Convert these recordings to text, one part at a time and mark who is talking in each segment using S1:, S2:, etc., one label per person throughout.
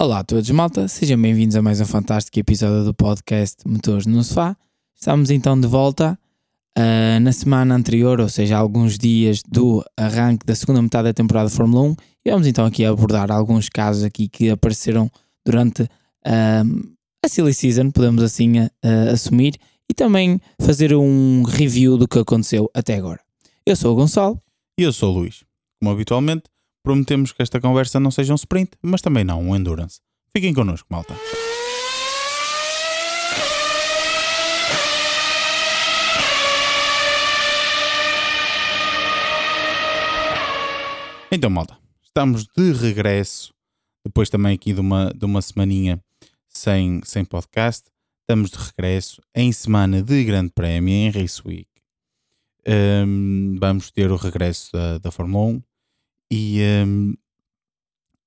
S1: Olá a todos, malta. Sejam bem-vindos a mais um fantástico episódio do podcast Motores no Sofá. Estamos então de volta ah, na semana anterior, ou seja, alguns dias do arranque da segunda metade da temporada de Fórmula 1. E vamos então aqui abordar alguns casos aqui que apareceram durante ah, a Silly Season, podemos assim ah, ah, assumir, e também fazer um review do que aconteceu até agora. Eu sou o Gonçalo.
S2: E eu sou o Luís. Como habitualmente, prometemos que esta conversa não seja um sprint, mas também não um endurance. Fiquem connosco, malta. Então, malta, estamos de regresso. Depois também aqui de uma, de uma semaninha sem, sem podcast. Estamos de regresso em semana de grande prémio em Race Week. Hum, vamos ter o regresso da, da Fórmula 1 e, hum,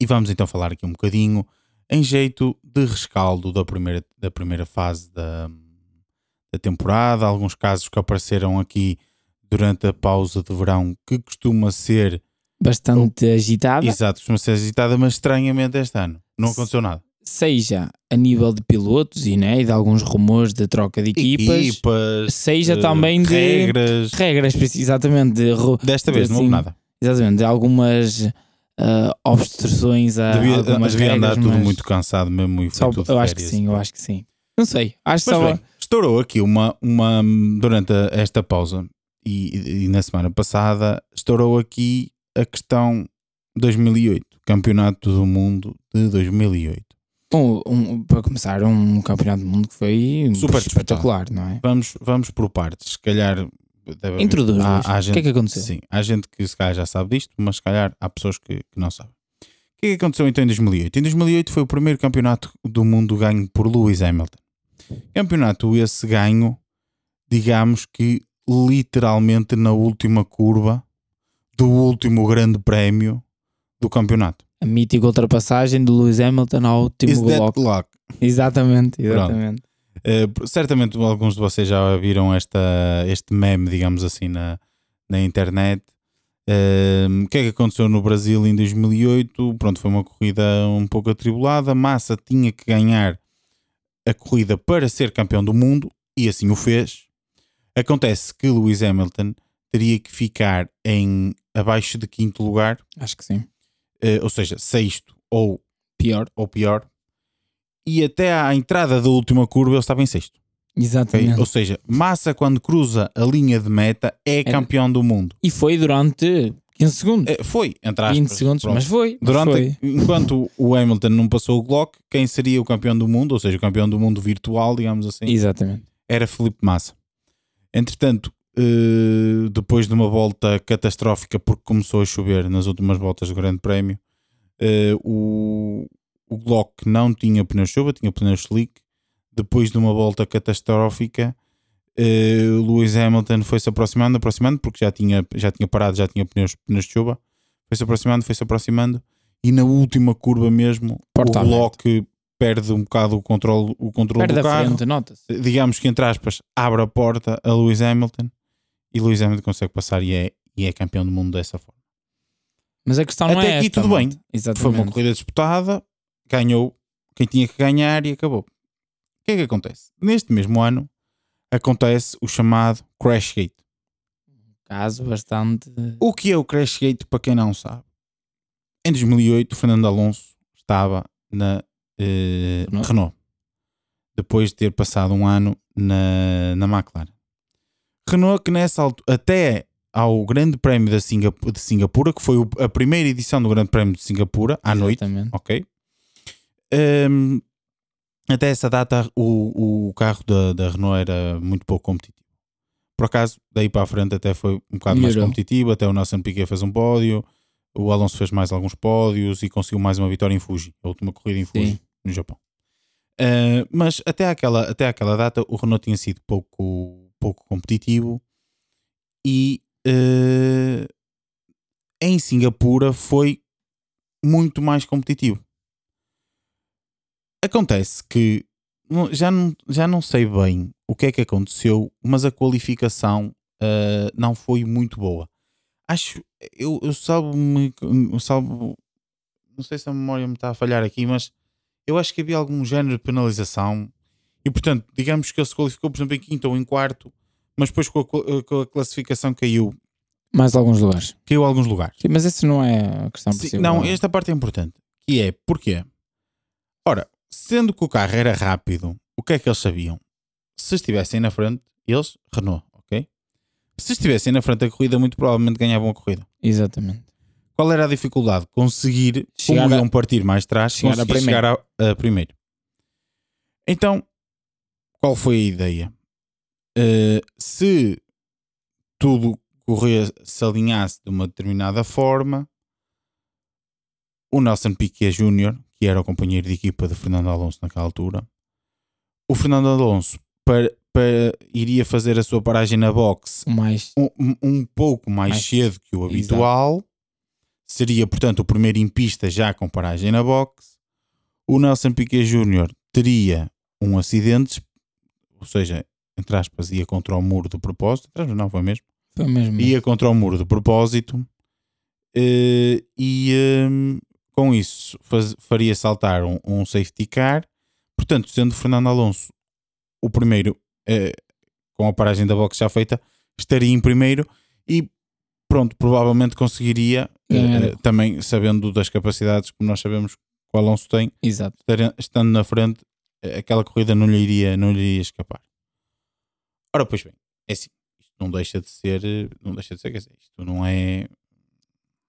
S2: e vamos então falar aqui um bocadinho em jeito de rescaldo da primeira, da primeira fase da, da temporada, alguns casos que apareceram aqui durante a pausa de verão que costuma ser,
S1: Bastante agitada.
S2: exato, costuma ser agitada, mas estranhamente este ano não aconteceu nada.
S1: seja a nível de pilotos e, né, e de alguns rumores de troca de equipas,
S2: Equipas,
S1: seja
S2: eh,
S1: também de
S2: regras.
S1: regras, preci- exatamente, de, ru-
S2: Desta vez não houve
S1: assim,
S2: nada.
S1: exatamente, de algumas ah, obstruções a
S2: Devia,
S1: algumas
S2: devia
S1: regras,
S2: andar tudo
S1: mas
S2: muito cansado mesmo e foi
S1: só- eu
S2: tudo
S1: acho que
S2: férias.
S1: sim, eu acho que sim. Não sei, acho que
S2: Mas
S1: só
S2: bem, estourou aqui uma, uma durante a- esta pausa e, e- e na semana passada estourou aqui a questão 2008, Campeonato do Mundo de 2008.
S1: um- um- para começar um campeonato do mundo que foi
S2: Super
S1: espetacular, não é?
S2: Vamos, vamos por partes, se calhar deve haver-
S1: Introduz,
S2: há-
S1: Luís.
S2: há
S1: o que é
S2: gente-
S1: que aconteceu?
S2: Sim, há gente que se calhar já sabe disto, mas se calhar há pessoas que, que não sabem. O que é que aconteceu então em 2008? Em 2008 foi o primeiro campeonato do mundo ganho por Lewis Hamilton. Campeonato esse ganho, digamos que literalmente na última curva do último grande prémio do campeonato.
S1: A mítica ultrapassagem de Lewis Hamilton ao
S2: Is
S1: Timo
S2: that
S1: Glock.
S2: luck?
S1: Exatamente, exatamente.
S2: Uh, certamente alguns de vocês já viram esta, este meme, digamos assim, na, na internet. Um, O que é que aconteceu no Brasil em 2008? Pronto, foi uma corrida um pouco atribulada. Massa tinha que ganhar a corrida para ser campeão do mundo e assim o fez. Acontece que Lewis Hamilton teria que ficar em abaixo de quinto lugar,
S1: Acho que sim.
S2: eh, ou seja, sexto ou,
S1: Pior.
S2: ou pior. E até à entrada da última curva ele estava em sexto. Ok?
S1: Exatamente.
S2: Ou seja, Massa quando cruza a linha de meta é campeão do mundo.
S1: E foi durante 15 segundos,
S2: É, foi, entre aspas.
S1: 20 segundos,
S2: Pronto.
S1: mas foi. mas
S2: Durante,
S1: foi.
S2: Enquanto o Hamilton não passou o Glock, quem seria o campeão do mundo, ou seja, o campeão do mundo virtual, digamos assim,
S1: Exatamente.
S2: era Felipe Massa. Entretanto, eh, depois de uma volta catastrófica, porque começou a chover nas últimas voltas do Grande Prémio, eh, o, o Glock não tinha pneu chuva, tinha pneu slick. Depois de uma volta catastrófica, eh, o Lewis Hamilton foi se aproximando, aproximando, porque já tinha, já tinha parado, já tinha pneus, pneus de chuva. Foi se aproximando, foi se aproximando. E na última curva mesmo,
S1: Porta
S2: o Glock perde um bocado o controle, o controle
S1: Perde
S2: do
S1: a
S2: carro
S1: frente, nota-se.
S2: digamos que entre aspas, abre a porta a Lewis Hamilton e Lewis Hamilton consegue passar e é, e é campeão do mundo dessa forma.
S1: Mas a questão não
S2: Até
S1: é
S2: aqui
S1: esta,
S2: tudo bem.
S1: malta. Exatamente.
S2: Foi uma corrida disputada, ganhou quem tinha que ganhar e acabou. O que é que acontece? Neste mesmo ano acontece o chamado Crashgate.
S1: Um Caso bastante.
S2: O que é o Crashgate para quem não sabe? Em 2008, Fernando Alonso estava na eh,
S1: Renault.
S2: Renault. depois de ter passado um ano na, na McLaren. Renault, que nessa altura, até ao Grande Prémio da Singapura, de Singapura, que foi o- a primeira edição do Grande Prémio de Singapura, à noite,
S1: Exatamente.
S2: ok? Hum, até essa data o, o carro da, da Renault era muito pouco competitivo. Por acaso, daí para a frente até foi um bocado mais
S1: Melhorou.
S2: competitivo, até o Nelson Piquet fez um pódio, o Alonso fez mais alguns pódios e conseguiu mais uma vitória em Fuji, a última corrida em Fuji,
S1: Sim.
S2: no Japão. Uh, mas até àquela, até àquela data o Renault tinha sido pouco, pouco competitivo e uh, em Singapura foi muito mais competitivo. Acontece que não- já não, já não sei bem o que é que aconteceu, mas a qualificação uh, não foi muito boa. Acho, hum, eu, eu salvo-me, eu salvo, não sei se a memória me está a falhar aqui, mas eu acho que havia algum género de penalização e, portanto, digamos que ele se qualificou, por exemplo, em quinto ou em quarto, mas depois com a, cla- eh, com a classificação caiu,
S1: Mais alguns lugares.
S2: caiu a alguns lugares.
S1: Sim, mas essa não é a questão
S2: Sim,
S1: possível.
S2: não, esta parte é importante. Que é porquê? Ora, sendo que o carro era rápido, o que é que eles sabiam? Se estivessem na frente, eles, Renault, ok? Se estivessem na frente da corrida, muito provavelmente ganhavam a corrida.
S1: Exatamente.
S2: Qual era a dificuldade? Conseguir,
S1: Chegar
S2: como
S1: a-
S2: iam partir mais atrás,
S1: chegar a
S2: conseguir chegar a, a primeiro. Então, qual foi a ideia? Eh, se tudo correr, se alinhasse de uma determinada forma, o Nelson Piquet Jr., que era o companheiro de equipa de Fernando Alonso naquela altura, o Fernando Alonso para- para- iria fazer a sua paragem na boxe
S1: O mais.
S2: um, um- um pouco mais,
S1: Mais-
S2: cedo que o habitual. Seria, portanto, o primeiro em pista já com paragem na box. O Nelson Piquet Jr. teria um acidente, ou seja, entre aspas, ia contra o muro do propósito. Entre aspas, Não foi mesmo?
S1: Foi mesmo.
S2: Ia contra o muro do propósito. eh, e ehm, com isso faz- faria saltar um, um safety car. Portanto, sendo Fernando Alonso o primeiro, eh, com a paragem da box já feita, estaria em primeiro e pronto, provavelmente conseguiria, eh,
S1: Ganhar.
S2: eh, também sabendo das capacidades, como nós sabemos que o Alonso tem,
S1: Exato.
S2: estar- estando na frente, eh, aquela corrida não lhe iria, não lhe iria escapar. Ora, pois bem, é assim. Isto não deixa de ser. eh, Não deixa de ser, quer dizer, isto não é.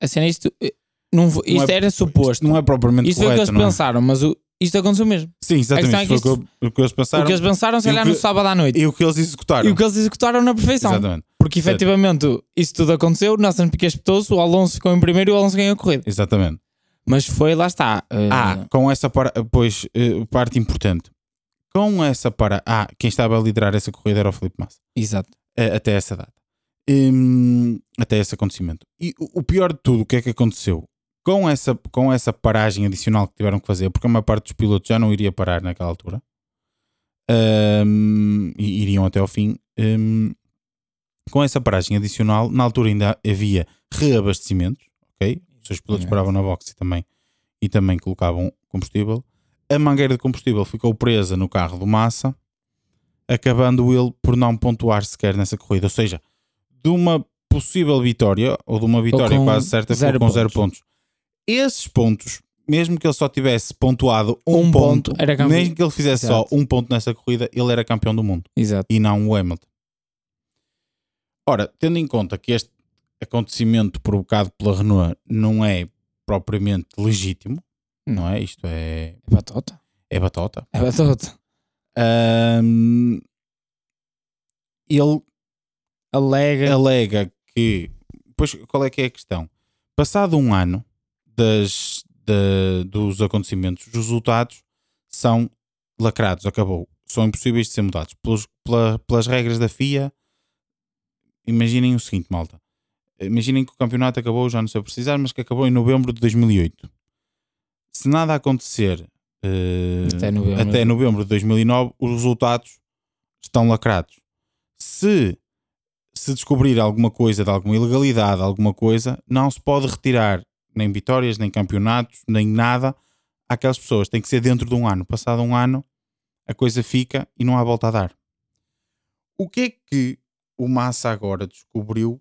S1: A cena, isto. eh, Não, vou-
S2: Não
S1: isto
S2: é-
S1: era
S2: Isto
S1: suposto.
S2: não é propriamente
S1: Isto foi o que
S2: correto,
S1: eles
S2: não é?
S1: pensaram, mas o, isto aconteceu mesmo.
S2: Sim, exatamente.
S1: A questão é que
S2: isto foi o que eu- o que eles pensaram
S1: o que eles pensaram, se
S2: E o
S1: calhar,
S2: que-
S1: no sábado à noite.
S2: e o que eles executaram.
S1: E o que eles executaram na perfeição.
S2: Exatamente.
S1: Porque efetivamente isso tudo aconteceu, o Nelson Piquet espetou-se, o Alonso ficou em primeiro e o Alonso ganhou a corrida.
S2: Exatamente.
S1: Mas foi, lá está. eh,
S2: Ah, com essa para... pois, eh, parte importante. Com essa para. Ah, quem estava a liderar essa corrida era o Felipe Massa.
S1: Exato.
S2: eh, até essa data. Hum, até esse acontecimento. E o o pior de tudo, o que é que aconteceu? Com essa, com essa paragem adicional que tiveram que fazer, porque a maior parte dos pilotos já não iria parar naquela altura, hum, e iriam até ao fim. hum, com essa paragem adicional, na altura ainda havia reabastecimentos, ok? Os seus pilotos
S1: Exatamente.
S2: paravam na box e também, e também colocavam combustível. A mangueira de combustível ficou presa no carro do Massa, acabando ele por não pontuar sequer nessa corrida. Ou seja, de uma possível vitória, ou de uma vitória
S1: com
S2: quase certa, ficou
S1: zero
S2: com zero
S1: pontos.
S2: pontos. Esses pontos, mesmo que ele só tivesse pontuado um,
S1: Um
S2: ponto,
S1: ponto, era campeão.
S2: mesmo que ele fizesse só
S1: Exato.
S2: um ponto nessa corrida, ele era campeão do mundo
S1: Exato.
S2: e não o Hamilton. Ora, tendo em conta que este acontecimento provocado pela Renault não é propriamente legítimo, não é? Isto é,
S1: É batota.
S2: é batota.
S1: É batota.
S2: Ahm, ele
S1: Alega.
S2: alega que. Pois qual é que é a questão? Passado um ano das, da- dos acontecimentos, os resultados são lacrados, acabou. São impossíveis de ser mudados. Pelos, pela- pelas regras da FIA, imaginem o seguinte, malta. Imaginem que o campeonato acabou, já não sei precisar, mas que acabou em novembro de 2008. Se nada acontecer eh,
S1: Até novembro.
S2: até novembro de 2009, os resultados estão lacrados. Se se descobrir alguma coisa de alguma ilegalidade, alguma coisa, não se pode retirar nem vitórias, nem campeonatos, nem nada àquelas pessoas. Tem que ser dentro de um ano. Passado um ano, a coisa fica e não há volta a dar. O que é que o Massa agora descobriu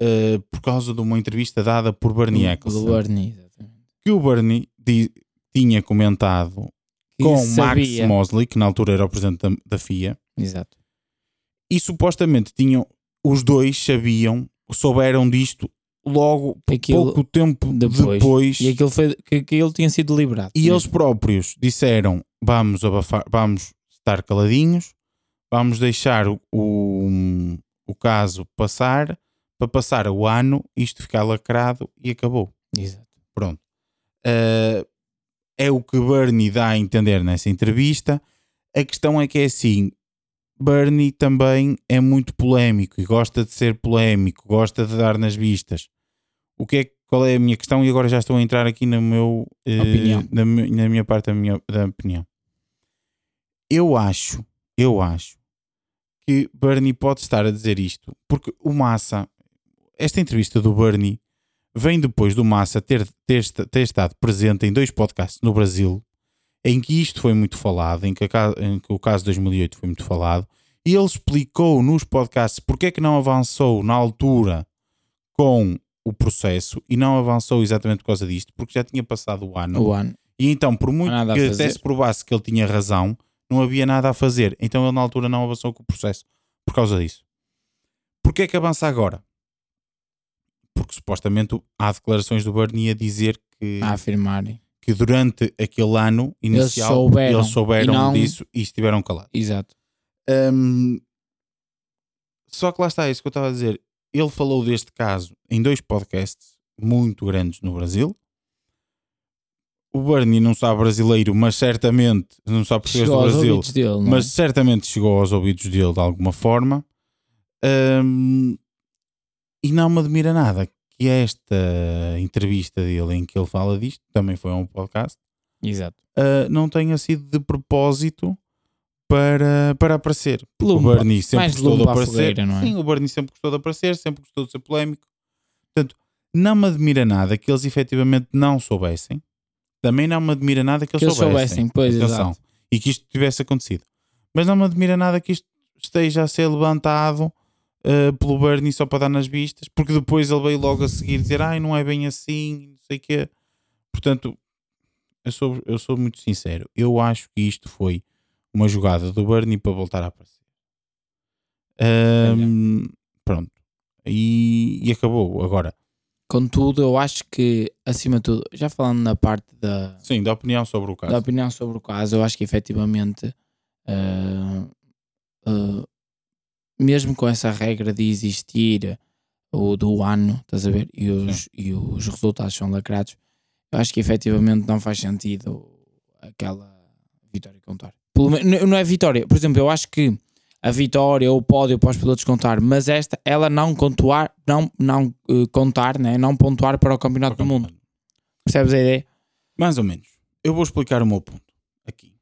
S2: eh, por causa de uma entrevista dada por Bernie
S1: Do
S2: Eccleston?
S1: Hum, Bernie, exatamente.
S2: Que o Bernie di- tinha comentado
S1: Que
S2: com o Max
S1: sabia.
S2: Mosley, que na altura era o presidente da, da FIA,
S1: Exato.
S2: e supostamente tinham os dois sabiam, souberam disto logo
S1: Aquilo
S2: pouco tempo depois.
S1: depois. E aquilo foi que, que ele tinha sido liberado.
S2: E eles próprios disseram: vamos abafar, vamos estar caladinhos, vamos deixar o, o, o caso passar para passar o ano, isto ficar lacrado e acabou.
S1: Exato.
S2: Pronto. Ah, é o que Bernie dá a entender nessa entrevista. A questão é que é assim: Bernie também é muito polémico e gosta de ser polémico, gosta de dar nas vistas. O que é, que- qual é a minha questão? E agora já estou a entrar aqui no meu, eh,
S1: Opinião.
S2: Na, mi- na minha parte da minha da opinião. Eu acho, eu acho que Bernie pode estar a dizer isto, porque o Massa, esta entrevista do Bernie vem depois do Massa ter, ter, esta- ter estado presente em dois podcasts no Brasil, em que isto foi muito falado, em que, a ca- em que o caso de 2008 foi muito falado, e ele explicou nos podcasts porque é que não avançou na altura com o processo e não avançou exatamente por causa disto, porque já tinha passado o ano.
S1: O ano.
S2: E então, por muito
S1: Nada a
S2: que até
S1: fazer.
S2: se provasse que ele tinha razão, não havia nada a fazer. Então ele na altura não avançou com o processo por causa disso. Porquê é que avança agora? Porque supostamente o- há declarações do Bernie a dizer que,
S1: A afirmar.
S2: que durante aquele ano inicial eles souberam,
S1: souberam. E não-
S2: disso e estiveram calados.
S1: Exato.
S2: Hum, só que lá está isso que eu estava a dizer. Ele falou deste caso em dois podcasts muito grandes no Brasil. O Bernie não sabe brasileiro, mas certamente não sabe português do
S1: Chegou aos
S2: Brasil,
S1: ouvidos dele, não é?
S2: mas certamente chegou aos ouvidos dele de alguma forma. Hum, e não me admira nada que esta entrevista dele em que ele fala disto, também foi a um podcast,
S1: Exato.
S2: uh, não tenha sido de propósito para, para aparecer. O
S1: Pluma.
S2: Bernie sempre
S1: Mais
S2: gostou de
S1: lume para a
S2: aparecer.
S1: fogueira, não é?
S2: Sim, o Bernie sempre gostou de aparecer, sempre gostou de ser polémico. Portanto, não me admira nada que eles efetivamente não soubessem. Também não me admira nada que eles,
S1: Que eles
S2: soubessem.
S1: soubessem, pois,
S2: Atenção.
S1: exato.
S2: E que isto tivesse acontecido. Mas não me admira nada que isto esteja a ser levantado uh, pelo Bernie só para dar nas vistas, porque depois ele veio logo a seguir dizer ai, não é bem assim, não sei o quê. Portanto, eu sou, eu sou muito sincero. Eu acho que isto foi uma jogada do Bernie para voltar a aparecer. Ahm, pronto. E, e acabou. Agora,
S1: Contudo, eu acho que, acima de tudo, já falando na parte da,
S2: sim, da opinião sobre o caso.
S1: da opinião sobre o caso, eu acho que efetivamente, ah, ah, mesmo com essa regra de existir o do ano, estás a ver? E os, e os resultados são lacrados, eu acho que efetivamente não faz sentido aquela vitória contar. Pelo men- não não é vitória, por exemplo, eu acho que a vitória ou o pódio para os pilotos contar, mas esta, ela não contuar, não, não eh, contar, né? não pontuar para o campeonato
S2: é um
S1: do mundo. Percebes a ideia?
S2: Mais ou menos. Eu vou explicar o meu ponto aqui.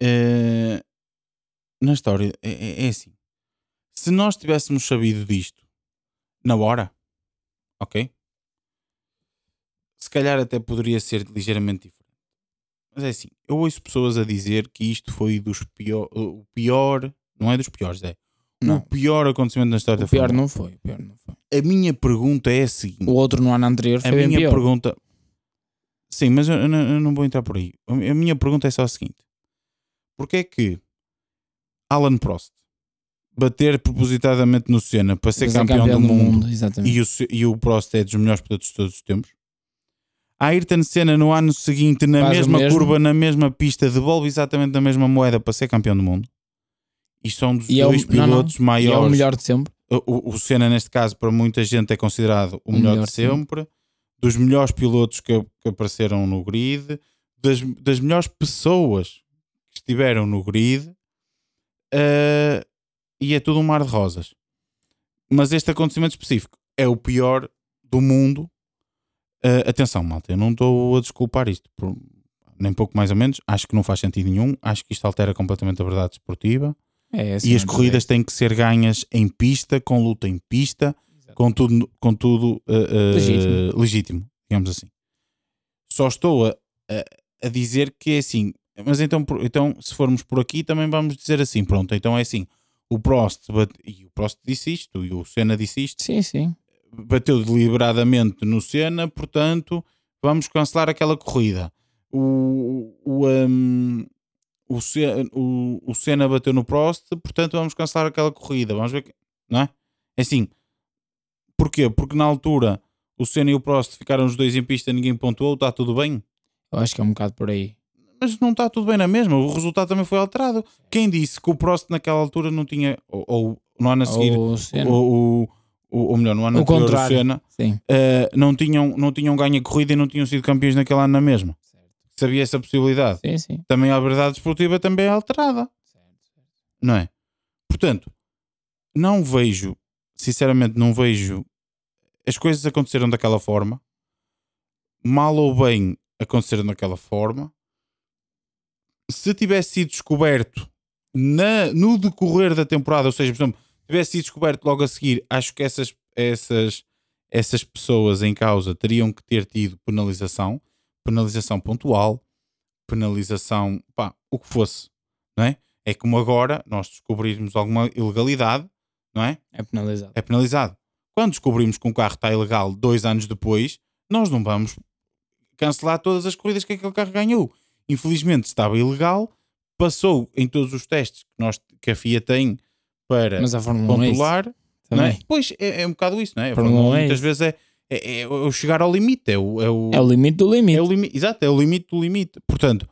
S2: Eh, na história, é, é- é assim. Se nós tivéssemos sabido disto na hora, ok? Se calhar até poderia ser ligeiramente diferente. Mas é assim, eu ouço pessoas a dizer que isto foi dos pior, o pior, não é dos piores, é o
S1: Não.
S2: pior acontecimento na história
S1: O
S2: da Fórmula
S1: pior não foi, o pior não foi.
S2: um. A minha pergunta é a seguinte:
S1: O outro no ano anterior foi
S2: a
S1: bem
S2: minha
S1: pior.
S2: pergunta. Sim, mas eu, eu não- eu não vou entrar por aí. A mi- a minha pergunta é só a seguinte: Porquê é que Alan Prost bater propositadamente no Senna para ser
S1: Mas é
S2: campeão, do, mundo,
S1: exatamente.
S2: e, o, Se- e o Prost é dos melhores pilotos de todos os tempos? Ayrton Senna no ano seguinte, na
S1: Faz o
S2: mesma
S1: mesmo.
S2: curva, na mesma pista, devolve exatamente na mesma moeda para ser campeão do mundo. E são um dos
S1: E é o-
S2: dois
S1: não, não.
S2: pilotos
S1: E é o
S2: maiores
S1: melhor de sempre.
S2: o, o Senna, neste caso, para muita gente é considerado o melhor,
S1: melhor,
S2: de
S1: sim.
S2: sempre, dos melhores pilotos que, que apareceram no grid, das, das melhores pessoas que estiveram no grid, eh, e é tudo um mar de rosas. Mas este acontecimento específico é o pior do mundo. Eh, atenção, malta, eu não estou a desculpar isto, por- nem pouco mais ou menos. Acho que não faz sentido nenhum. Acho que isto altera completamente a verdade desportiva.
S1: É, assim,
S2: E as
S1: não é?
S2: corridas têm que ser ganhas em pista, com luta em pista,
S1: Exato.
S2: com tudo, com tudo eh, eh,
S1: Legítimo.
S2: legítimo, digamos assim. Só estou a, a- a dizer que é assim, mas então, por- então se formos por aqui também vamos dizer assim, pronto, então é assim, o Prost, bate- e o Prost disse isto, e o Senna disse isto,
S1: Sim, sim.
S2: bateu deliberadamente no Senna, portanto, vamos cancelar aquela corrida. O, o, um, o, Se- o, o Senna bateu no Prost, portanto, vamos cancelar aquela corrida. Vamos ver, que- não é? É assim, porquê? Porque na altura o Senna e o Prost ficaram os dois em pista, ninguém pontuou, está tudo bem.
S1: Eu acho que é um bocado por aí.
S2: Mas não está tudo bem na mesma, o resultado também foi alterado. Quem disse que o Prost naquela altura não tinha, ou, ou no ano a seguir,
S1: Ou o
S2: ou,
S1: Senna.
S2: ou, ou, ou melhor, no ano
S1: O
S2: anterior
S1: contrário.
S2: o Senna,
S1: Sim.
S2: Uh, não, tinham, não tinham ganho a corrida e não tinham sido campeões naquele ano na mesma. Sabia essa possibilidade.
S1: Sim, sim.
S2: Também a verdade desportiva também é alterada, não é? Portanto, não vejo, sinceramente, não vejo. As coisas aconteceram daquela forma, mal ou bem aconteceram daquela forma. Se tivesse sido descoberto na- no decorrer da temporada, ou seja, por exemplo, tivesse sido descoberto logo a seguir, acho que essas, essas, essas pessoas em causa teriam que ter tido penalização, penalização pontual, penalização, pá, o que fosse, não é? É como agora nós descobrirmos alguma ilegalidade, não é?
S1: É penalizado.
S2: É penalizado. Quando descobrimos que um carro está ilegal dois anos depois, nós não vamos cancelar todas as corridas que aquele carro ganhou. Infelizmente estava ilegal, passou em todos os testes que, nós, que a FIA tem para
S1: Mas a Fórmula 1 é isso.
S2: controlar. não é?
S1: Também.
S2: Pois é, é um bocado isso, não é? A
S1: Fórmula
S2: Fórmula
S1: um
S2: 1
S1: é
S2: muitas
S1: isso.
S2: vezes é, é, é o chegar ao limite, é o. É o,
S1: É o limite do limite.
S2: é o limite, exato, é o limite do limite. Portanto,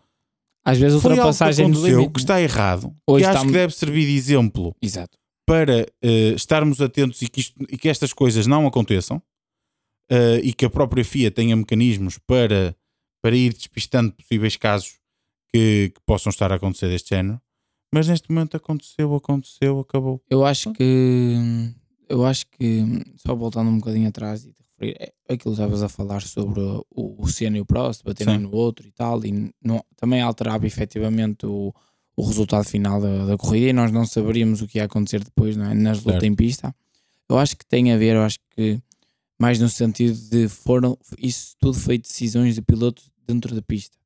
S1: Às vezes
S2: foi algo que
S1: ultrapassagem do
S2: aconteceu
S1: limite.
S2: que está errado
S1: Hoje
S2: e acho
S1: está-
S2: que deve servir de exemplo
S1: Exato.
S2: para eh, estarmos atentos e que, isto- e que estas coisas não aconteçam eh, e que a própria FIA tenha mecanismos para, para ir despistando possíveis casos que, que possam estar a acontecer deste género. Mas neste momento aconteceu, aconteceu, acabou.
S1: Eu acho que. Eu acho que. Só voltando um bocadinho atrás e de referir. É aquilo que estavas a falar sobre o, o Senna e o Prost, bater um
S2: Sim.
S1: no outro e tal. E não, também alterava efetivamente o, o resultado final da, da corrida. E nós não saberíamos o que ia acontecer depois, não é? Nas
S2: Certo.
S1: luta em pista. Eu acho que tem a ver, eu acho que. Mais no sentido de foram. Isso tudo foi decisões de piloto dentro da pista.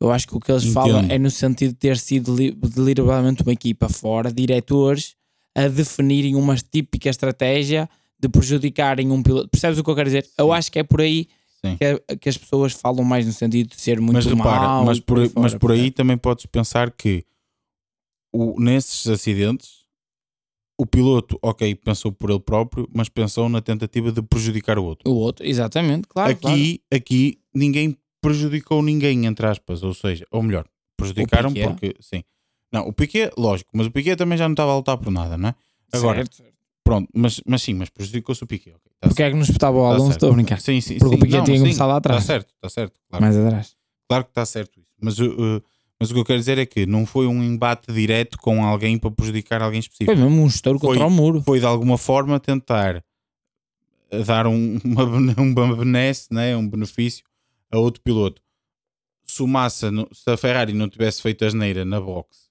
S1: Eu acho que o que eles falam
S2: Entendo.
S1: é no sentido de ter sido li- deliberadamente uma equipa fora, diretores a definirem uma típica estratégia de prejudicarem um piloto. Percebes o que eu quero dizer? Eu acho que é por aí
S2: Sim.
S1: que, a- que as pessoas falam mais no sentido de ser muito
S2: mas repara,
S1: mau
S2: mas
S1: e
S2: por,
S1: aí
S2: mas
S1: fora,
S2: por aí
S1: percebes?
S2: também podes pensar que o- nesses acidentes o piloto, ok, pensou por ele próprio, mas pensou na tentativa de prejudicar o outro.
S1: O outro, exatamente, claro. Ah, claro.
S2: aqui, aqui ninguém prejudicou ninguém, entre aspas, ou seja, ou melhor, prejudicaram
S1: O Piquet.
S2: porque sim. Não, o Piquet, lógico, mas o Piquet também já não estava a lutar por nada, não é? Agora,
S1: Certo.
S2: pronto, mas, mas sim, mas prejudicou-se o Piquet. ok, tá
S1: Porque é que nos espetava o
S2: certo, tá
S1: Alonso?
S2: certo.
S1: Estou a brincar.
S2: Sim, sim,
S1: Porque o
S2: sim,
S1: Piquet
S2: não,
S1: tinha que
S2: sim,
S1: começar lá atrás.
S2: Está certo, está certo, claro,
S1: Mais atrás.
S2: claro que está certo isso. Mas, uh, uh, mas o que eu quero dizer é que não foi um embate direto com alguém para prejudicar alguém específico.
S1: Foi mesmo um estouro
S2: Foi-
S1: contra o muro.
S2: foi de alguma forma tentar dar um, uma, bene- um benesse, né, um benefício a outro piloto. Se o Massa, não- se a Ferrari não tivesse feito asneira na box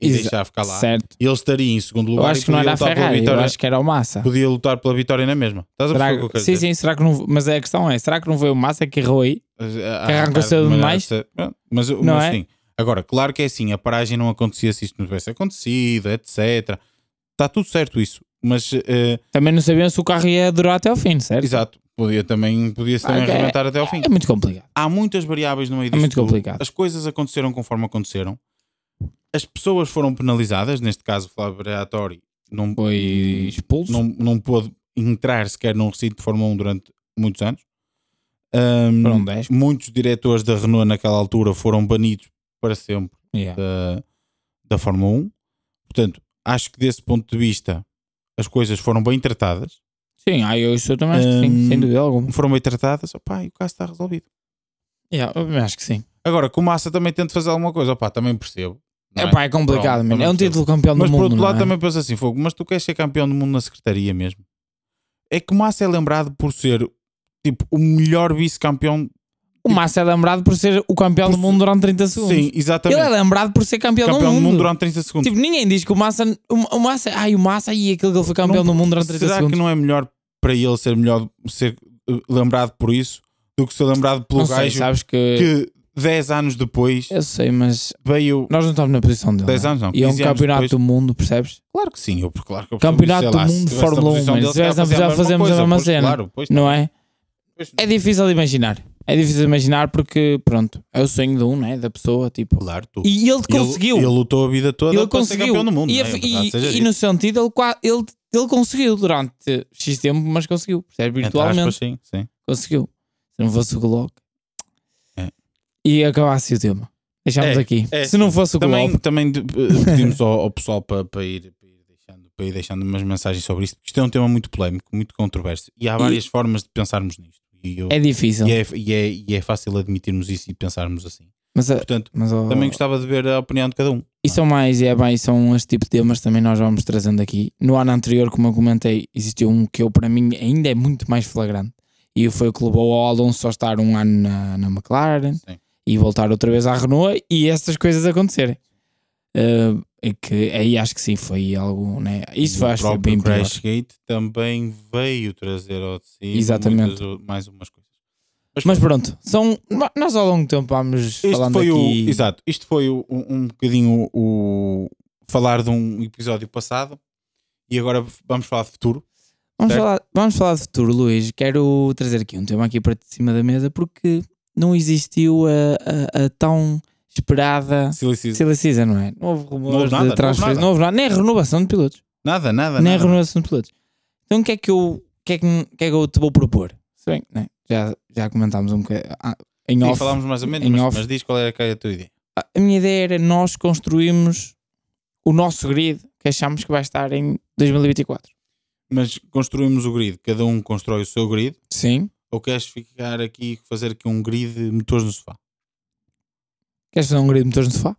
S2: e
S1: Exa-
S2: deixar ficar lá,
S1: Certo.
S2: ele estaria em segundo
S1: Eu
S2: lugar
S1: acho
S2: e
S1: que não
S2: podia
S1: era a
S2: lutar, pela
S1: Ferrari, eu
S2: vitória,
S1: acho que era o Massa.
S2: podia lutar pela vitória na mesma. Estás a
S1: Será
S2: perceber o que eu quero
S1: sim,
S2: dizer?
S1: sim, será que não. Mas é a questão é: será que não foi o Massa que errou aí?
S2: Ah,
S1: Carrega
S2: arrancar
S1: cedo
S2: de maneira
S1: demais.
S2: essa- Pronto, Mas,
S1: Não
S2: mas
S1: é?
S2: sim. Agora, claro que é assim, a paragem não acontecia se isto não tivesse acontecido, etc. Está tudo certo isso. Mas eh,
S1: Também não sabiam se o carro ia durar até o fim, certo?
S2: Exato, podia também, podia
S1: Ah,
S2: também
S1: ok.
S2: arrebentar até ao fim.
S1: É muito complicado. é
S2: Há muitas variáveis no meio disto.
S1: muito
S2: tudo.
S1: complicado.
S2: As coisas aconteceram conforme aconteceram. As pessoas foram penalizadas, neste caso Flávio Beatori não,
S1: Foi expulso.
S2: não, não pôde entrar sequer num recinto de Fórmula 1 durante muitos anos. Ahm,
S1: Foram 10.
S2: muitos diretores da Renault naquela altura foram banidos para sempre
S1: Yeah.
S2: da, da Fórmula 1. Portanto, acho que desse ponto de vista as coisas foram bem tratadas.
S1: Sim, ah, eu isso eu também acho que sim,
S2: Hum,
S1: sem dúvida alguma.
S2: Foram bem tratadas, opá, e o caso está resolvido.
S1: Yeah, eu também acho que sim.
S2: Agora, que o Massa também tenta fazer alguma coisa, opá, também percebo. não
S1: É,
S2: é?
S1: pá, é complicado,
S2: Pronto,
S1: mano.
S2: também
S1: É um
S2: percebo.
S1: título campeão do
S2: Mas
S1: mundo.
S2: por outro
S1: não
S2: lado
S1: é?
S2: também pensa assim, Fogo, mas tu queres ser campeão do mundo na secretaria mesmo? É que o Massa é lembrado por ser tipo o melhor vice-campeão.
S1: O Massa é lembrado por ser o campeão
S2: Por
S1: do mundo durante 30 segundos.
S2: Sim,
S1: Ele
S2: exatamente.
S1: é lembrado por ser campeão,
S2: campeão
S1: do mundo.
S2: durante 30 segundos.
S1: Tipo, ninguém diz que o Massa. O, o Massa. Ai, o Massa e aquele que ele foi campeão
S2: Não-
S1: do mundo durante 30
S2: Será
S1: segundos.
S2: que não é melhor para ele ser melhor ser eh, lembrado por isso do que ser lembrado pelo
S1: Não sei,
S2: gajo
S1: sabes que,
S2: que 10 anos depois
S1: Eu sei, mas
S2: veio.
S1: nós não estamos na posição dele.
S2: 10
S1: não é?
S2: anos não,
S1: E é um
S2: 15 anos
S1: campeonato
S2: depois.
S1: do mundo, percebes?
S2: Claro que sim, eu, porque claro que eu
S1: Campeonato
S2: sei
S1: do
S2: lá, se
S1: mundo de
S2: tivesse na
S1: Fórmula 1,
S2: posição
S1: mas
S2: dele,
S1: se tivesse
S2: calhar
S1: na posição,
S2: fazia
S1: fazemos a mesma
S2: pois,
S1: cena.
S2: Claro, pois,
S1: Não é?
S2: pois,
S1: É difícil de imaginar. É difícil de imaginar porque, pronto, é o sonho de um, né? Da pessoa, tipo.
S2: Claro, tu.
S1: E ele conseguiu.
S2: Ele, lutou a vida toda
S1: Ele
S2: para ser campeão do mundo.
S1: E,
S2: não é?
S1: a-
S2: Verdade
S1: e-
S2: seja
S1: e
S2: dito.
S1: no sentido, ele, qua- ele, ele conseguiu durante X tempo, mas conseguiu. Percebe?
S2: Entre aspas,
S1: Virtualmente
S2: sim, sim.
S1: conseguiu. Se não fosse o Glock.
S2: É.
S1: E acabasse o tema. Deixámos
S2: É,
S1: aqui.
S2: é.
S1: Se não fosse o
S2: Também,
S1: Glock.
S2: também de- eh, pedimos ao, ao pessoal para, para, ir, para, ir deixando, para ir deixando umas mensagens sobre isto, porque isto é um tema muito polémico, muito controverso. E há várias formas de pensarmos nisto. E, eu-
S1: É difícil.
S2: e é, e, é, e é fácil admitirmos isso e pensarmos assim.
S1: Mas, a-
S2: Portanto,
S1: mas a-
S2: também gostava de ver a opinião de cada um.
S1: E são mais, Ah. é bem, são este tipo de temas também nós vamos trazendo aqui. No ano anterior, como eu comentei, existiu um que eu, para mim, ainda é muito mais flagrante. E foi o que levou ao Alonso só estar um ano na, na McLaren
S2: Sim.
S1: e voltar outra vez à Renault e essas coisas acontecerem. Ah, é que aí acho que sim, foi algo, né? Isso
S2: E
S1: foi,
S2: o
S1: acho que foi
S2: próprio
S1: bem pior.
S2: Crashgate também veio trazer ao de cima
S1: Exatamente.
S2: muitas o- mais umas coisas.
S1: Mas pronto, são, nós ao longo do tempo vamos
S2: Isto
S1: falando
S2: foi
S1: aqui.
S2: o. Exato, isto foi o- um, um bocadinho o. Falar de um episódio passado e agora vamos falar de futuro.
S1: Vamos
S2: Certo.
S1: falar, vamos falar de futuro, Luís. Quero trazer aqui um tema aqui para de cima da mesa porque não existiu a, a- a tão esperada
S2: Silício.
S1: Silly Season, não é? Não houve
S2: Não
S1: rumores
S2: houve nada, não
S1: de
S2: houve
S1: transferência,
S2: nada.
S1: não houve nada, nem renovação de pilotos.
S2: Nada, nada.
S1: nem
S2: nada.
S1: renovação de pilotos. Então o que é que eu, o que é que, o que é que eu te vou propor? Se bem que, né, já, já comentámos um bocadinho ah, em
S2: Sim,
S1: off.
S2: falámos mais ou menos,
S1: em
S2: mas,
S1: off.
S2: mas diz qual era que era a tua ideia.
S1: A minha ideia era nós construirmos o nosso grid que achamos que vai estar em 2024.
S2: Mas construímos o grid, cada um constrói o seu grid,
S1: Sim.
S2: ou queres ficar aqui fazer aqui um grid de motores no sofá?
S1: Queres fazer um grid de motores no sofá?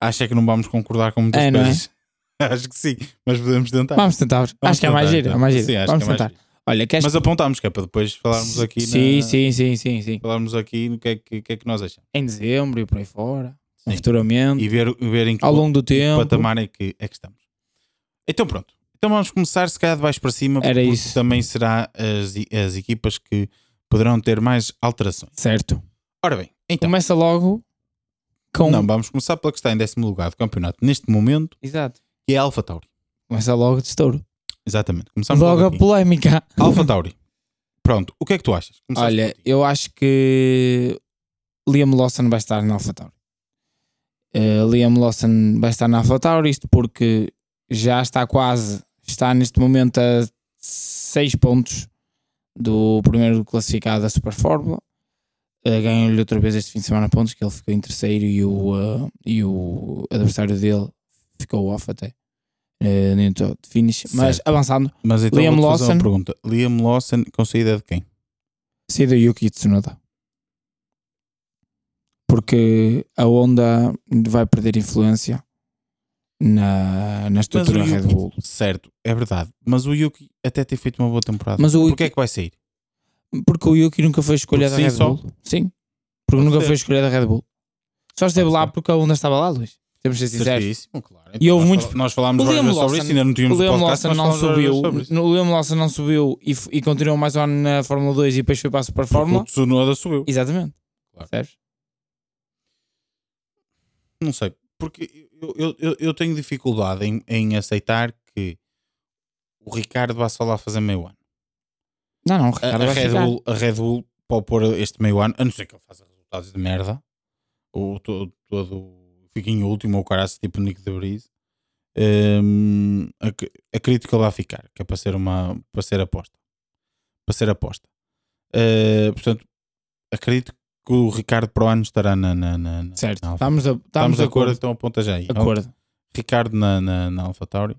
S2: Acha é que não vamos concordar com muitas
S1: É, não é?
S2: coisas? Acho que sim, mas podemos tentar.
S1: Vamos tentar.
S2: Tá. Vamos
S1: acho que é mais
S2: tentar,
S1: giro. É
S2: então.
S1: mais giro.
S2: Sim, acho
S1: Vamos
S2: que é mais
S1: tentar.
S2: giro.
S1: Olha, queres.
S2: Mas apontámos, que é para depois falarmos aqui
S1: sim,
S2: na-
S1: sim, sim, sim, sim.
S2: falarmos aqui no que é que, que é que nós achamos.
S1: Em dezembro e por aí fora.
S2: Sim.
S1: Futuramente.
S2: E ver, ver em que
S1: ao longo do tempo.
S2: patamar é que, é que estamos. Então pronto. Então vamos começar se calhar de baixo para cima,
S1: Era
S2: porque
S1: isso.
S2: também será as, e- as equipas que poderão ter mais alterações.
S1: Certo.
S2: Ora bem, então
S1: Começa logo com.
S2: Tá. não, vamos começar pela que está em décimo lugar do campeonato neste momento,
S1: Exato.
S2: que é a Alfa Tauri.
S1: Começa logo de estouro.
S2: Exatamente. Começamos
S1: Logo
S2: logo
S1: a
S2: aqui.
S1: polémica.
S2: Alfa Tauri. Pronto, o que é que tu achas? Começaste
S1: Olha,
S2: por ti.
S1: eu acho que Liam Lawson vai estar na AlphaTauri. Eh, Liam Lawson vai estar na AlphaTauri, isto porque já está quase, está neste momento a 6 pontos do primeiro classificado da Super Fórmula. Eh, Ganhou-lhe outra vez este fim de semana pontos, que ele ficou em terceiro e o, eh, e o adversário dele ficou off até. eh, Nem todo de finish, mas
S2: Certo.
S1: avançando,
S2: mas então
S1: Liam
S2: vou-te fazer
S1: Lawson.
S2: uma pergunta. Liam Lawson concedida de quem?
S1: saída Yuki Tsunoda. Porque a Honda vai perder influência na, na estrutura
S2: Yuki-
S1: Red Bull.
S2: Certo, é verdade. Mas o Yuki até ter feito uma boa temporada.
S1: Mas o
S2: Porquê é que vai sair?
S1: Porque o Yuki nunca foi escolha da
S2: Porque
S1: Red
S2: sim, só?
S1: Bull. Sim. Porque
S2: Pode
S1: nunca
S2: ser.
S1: foi escolha da Red Bull. Só esteve
S2: Pode
S1: lá
S2: ser.
S1: porque a Honda estava lá, Luís. Temos de ser sinceros.
S2: Certíssimo, claro.
S1: E houve
S2: nós
S1: muito-
S2: fala- Nós falámos
S1: O Liam
S2: várias vezes sobre
S1: Lawson-
S2: isso, ainda não
S1: O
S2: tínhamos
S1: Liam
S2: podcast,
S1: Lawson
S2: mas
S1: não
S2: falámos várias
S1: subiu,
S2: vezes sobre isso.
S1: o Liam Lawson não subiu e, f- e continuou mais on na Fórmula 2 e depois foi para a Super
S2: Porque O
S1: Fórmula.
S2: Tsunoda subiu.
S1: Exatamente.
S2: Claro.
S1: Percebes?
S2: Não sei, porque eu, eu, eu, eu tenho dificuldade em, em aceitar que o Ricardo vá só lá fazer meio ano.
S1: Não, não, o
S2: A,
S1: Ricardo
S2: a
S1: vai
S2: Red
S1: ficar.
S2: Bull, a Red Bull pode pôr este meio ano, a não ser que ele faça resultados de merda, ou todo, todo fique em último, ou caraço, tipo Nick de Brise. ac- acredito que ele vai ficar, que é para ser uma para ser aposta. Para ser aposta. Hum, portanto, acredito que o Ricardo para o ano estará na. na, na, na
S1: Certo.
S2: na Alfa.
S1: Estamos, a,
S2: Estamos de acordo,
S1: acordo.
S2: então aponta já aí.
S1: acordo.
S2: Ricardo na, na, na Alpha Tauri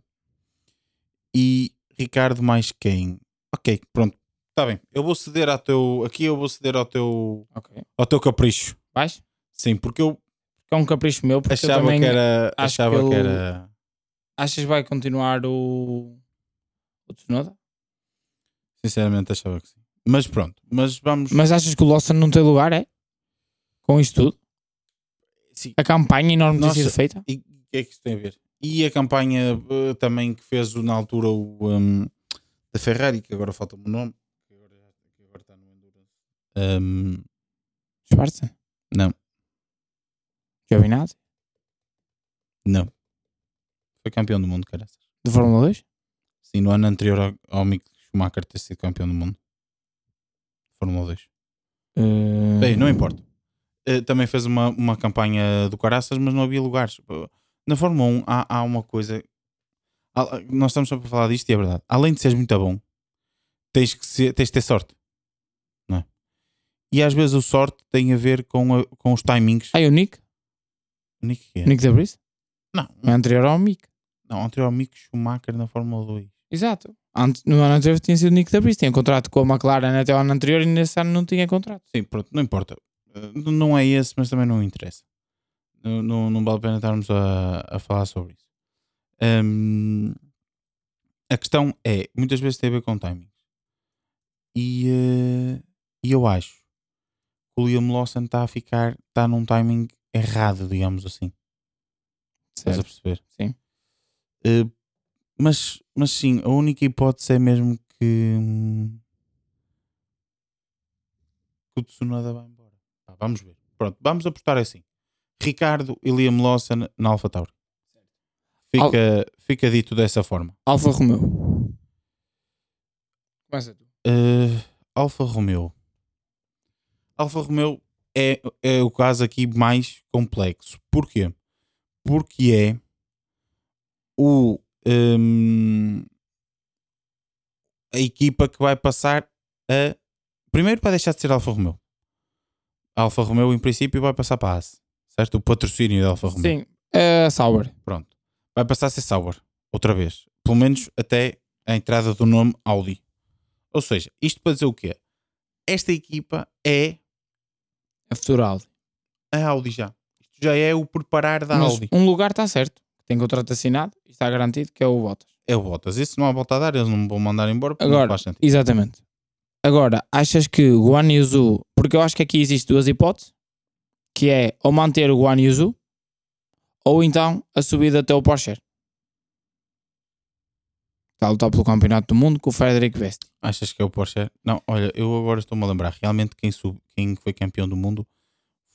S2: e Ricardo mais quem? Ok, pronto, está bem. Eu vou ceder ao teu. Aqui eu vou ceder ao teu,
S1: Ok.
S2: ao teu capricho.
S1: Vais?
S2: Sim, porque eu
S1: que é um capricho meu, porque eu
S2: achava
S1: também
S2: que era.
S1: acho
S2: Achava
S1: que
S2: que,
S1: ele-
S2: era.
S1: achas que vai continuar o, o Tsunoda?
S2: Sinceramente achava que sim. Mas pronto, mas vamos.
S1: Mas achas que o Lawson não tem lugar, é? Com isto tudo?
S2: Sim.
S1: A campanha enorme tem
S2: Nossa.
S1: sido feita?
S2: E o que é que isso tem a ver? E a campanha eh, também que fez o- na altura o ehm, da Ferrari, que agora falta-me o nome, que agora, que agora está no Endurance. Ehm,
S1: Schwarzen?
S2: Não.
S1: Giovinazzi?
S2: não. Foi campeão do mundo, cara.
S1: De Fórmula 2?
S2: Sim, no ano anterior ao- ao Mick Schumacher ter sido campeão do mundo. Fórmula 2.
S1: Eh,
S2: Bem, não importa. Eh, também fez uma, uma campanha do Caraças, mas não havia lugares. Eh, Na Fórmula 1 há, há uma coisa. há- Nós estamos sempre a falar disto e é verdade. Além de seres muito bom, tens que ser- tens de ter sorte. Não é? E às vezes o sorte tem a ver com, a- com os timings.
S1: Ah, e o Nick?
S2: Nick, quê?
S1: Nick da Brice?
S2: Não,
S1: É anterior ao Mick.
S2: não, anterior ao Mick Schumacher na Fórmula 2.
S1: Exato. Ante- no ano anterior tinha sido o Nick da Brice. Tinha contrato com a McLaren até o ano anterior e nesse ano não tinha contrato.
S2: Sim, pronto, não importa. Uh, n- Não é esse, mas também não interessa. Não, não, não vale a pena estarmos a, a falar sobre isso. Hum, a questão é, muitas vezes tem a ver com timings. E, eh, e eu acho que o Liam Lawson está a ficar, está num timing errado, digamos assim. Estás a perceber?
S1: Sim.
S2: Eh, mas, mas sim, a única hipótese é mesmo que. hum, que o Tsunoda vai embora. Pá, vamos ver. Pronto, vamos apostar assim. Ricardo e Liam Lawson na Alfa Tauri. Fica, fica dito dessa forma.
S1: Alfa Romeo. Começa tu.
S2: Eh, Alfa Romeo. Alfa Romeo é, é o caso aqui mais complexo. Porquê? Porque é o, ehm, a equipa que vai passar a. Primeiro para deixar de ser Alfa Romeo. A Alfa Romeo, em princípio, vai passar para a AS. Certo? O patrocínio da Alfa Romeo.
S1: Sim, é Sauber.
S2: Pronto. Vai passar a ser Sauber. Outra vez. Pelo menos até a entrada do nome Audi. Ou seja, isto para dizer o quê? Esta equipa é
S1: A futura Audi.
S2: a Audi já. Isto já é o preparar da
S1: Mas
S2: Audi.
S1: um lugar está certo. Tem contrato assinado e está garantido que é o Bottas.
S2: É o Bottas. Isso não há volta a dar. Eles não me vão mandar embora porque
S1: Agora,
S2: não faz sentido.
S1: Exatamente. Agora, achas que Guan Yuzu, porque eu acho que aqui existem duas hipóteses, que é ou manter o Guan Yuzu, ou então a subida até o Porsche. Está a lutar pelo campeonato do mundo com o Frederick West.
S2: Achas que é o Porsche? Não, olha, eu agora estou-me a lembrar. Realmente quem, sub... quem foi campeão do mundo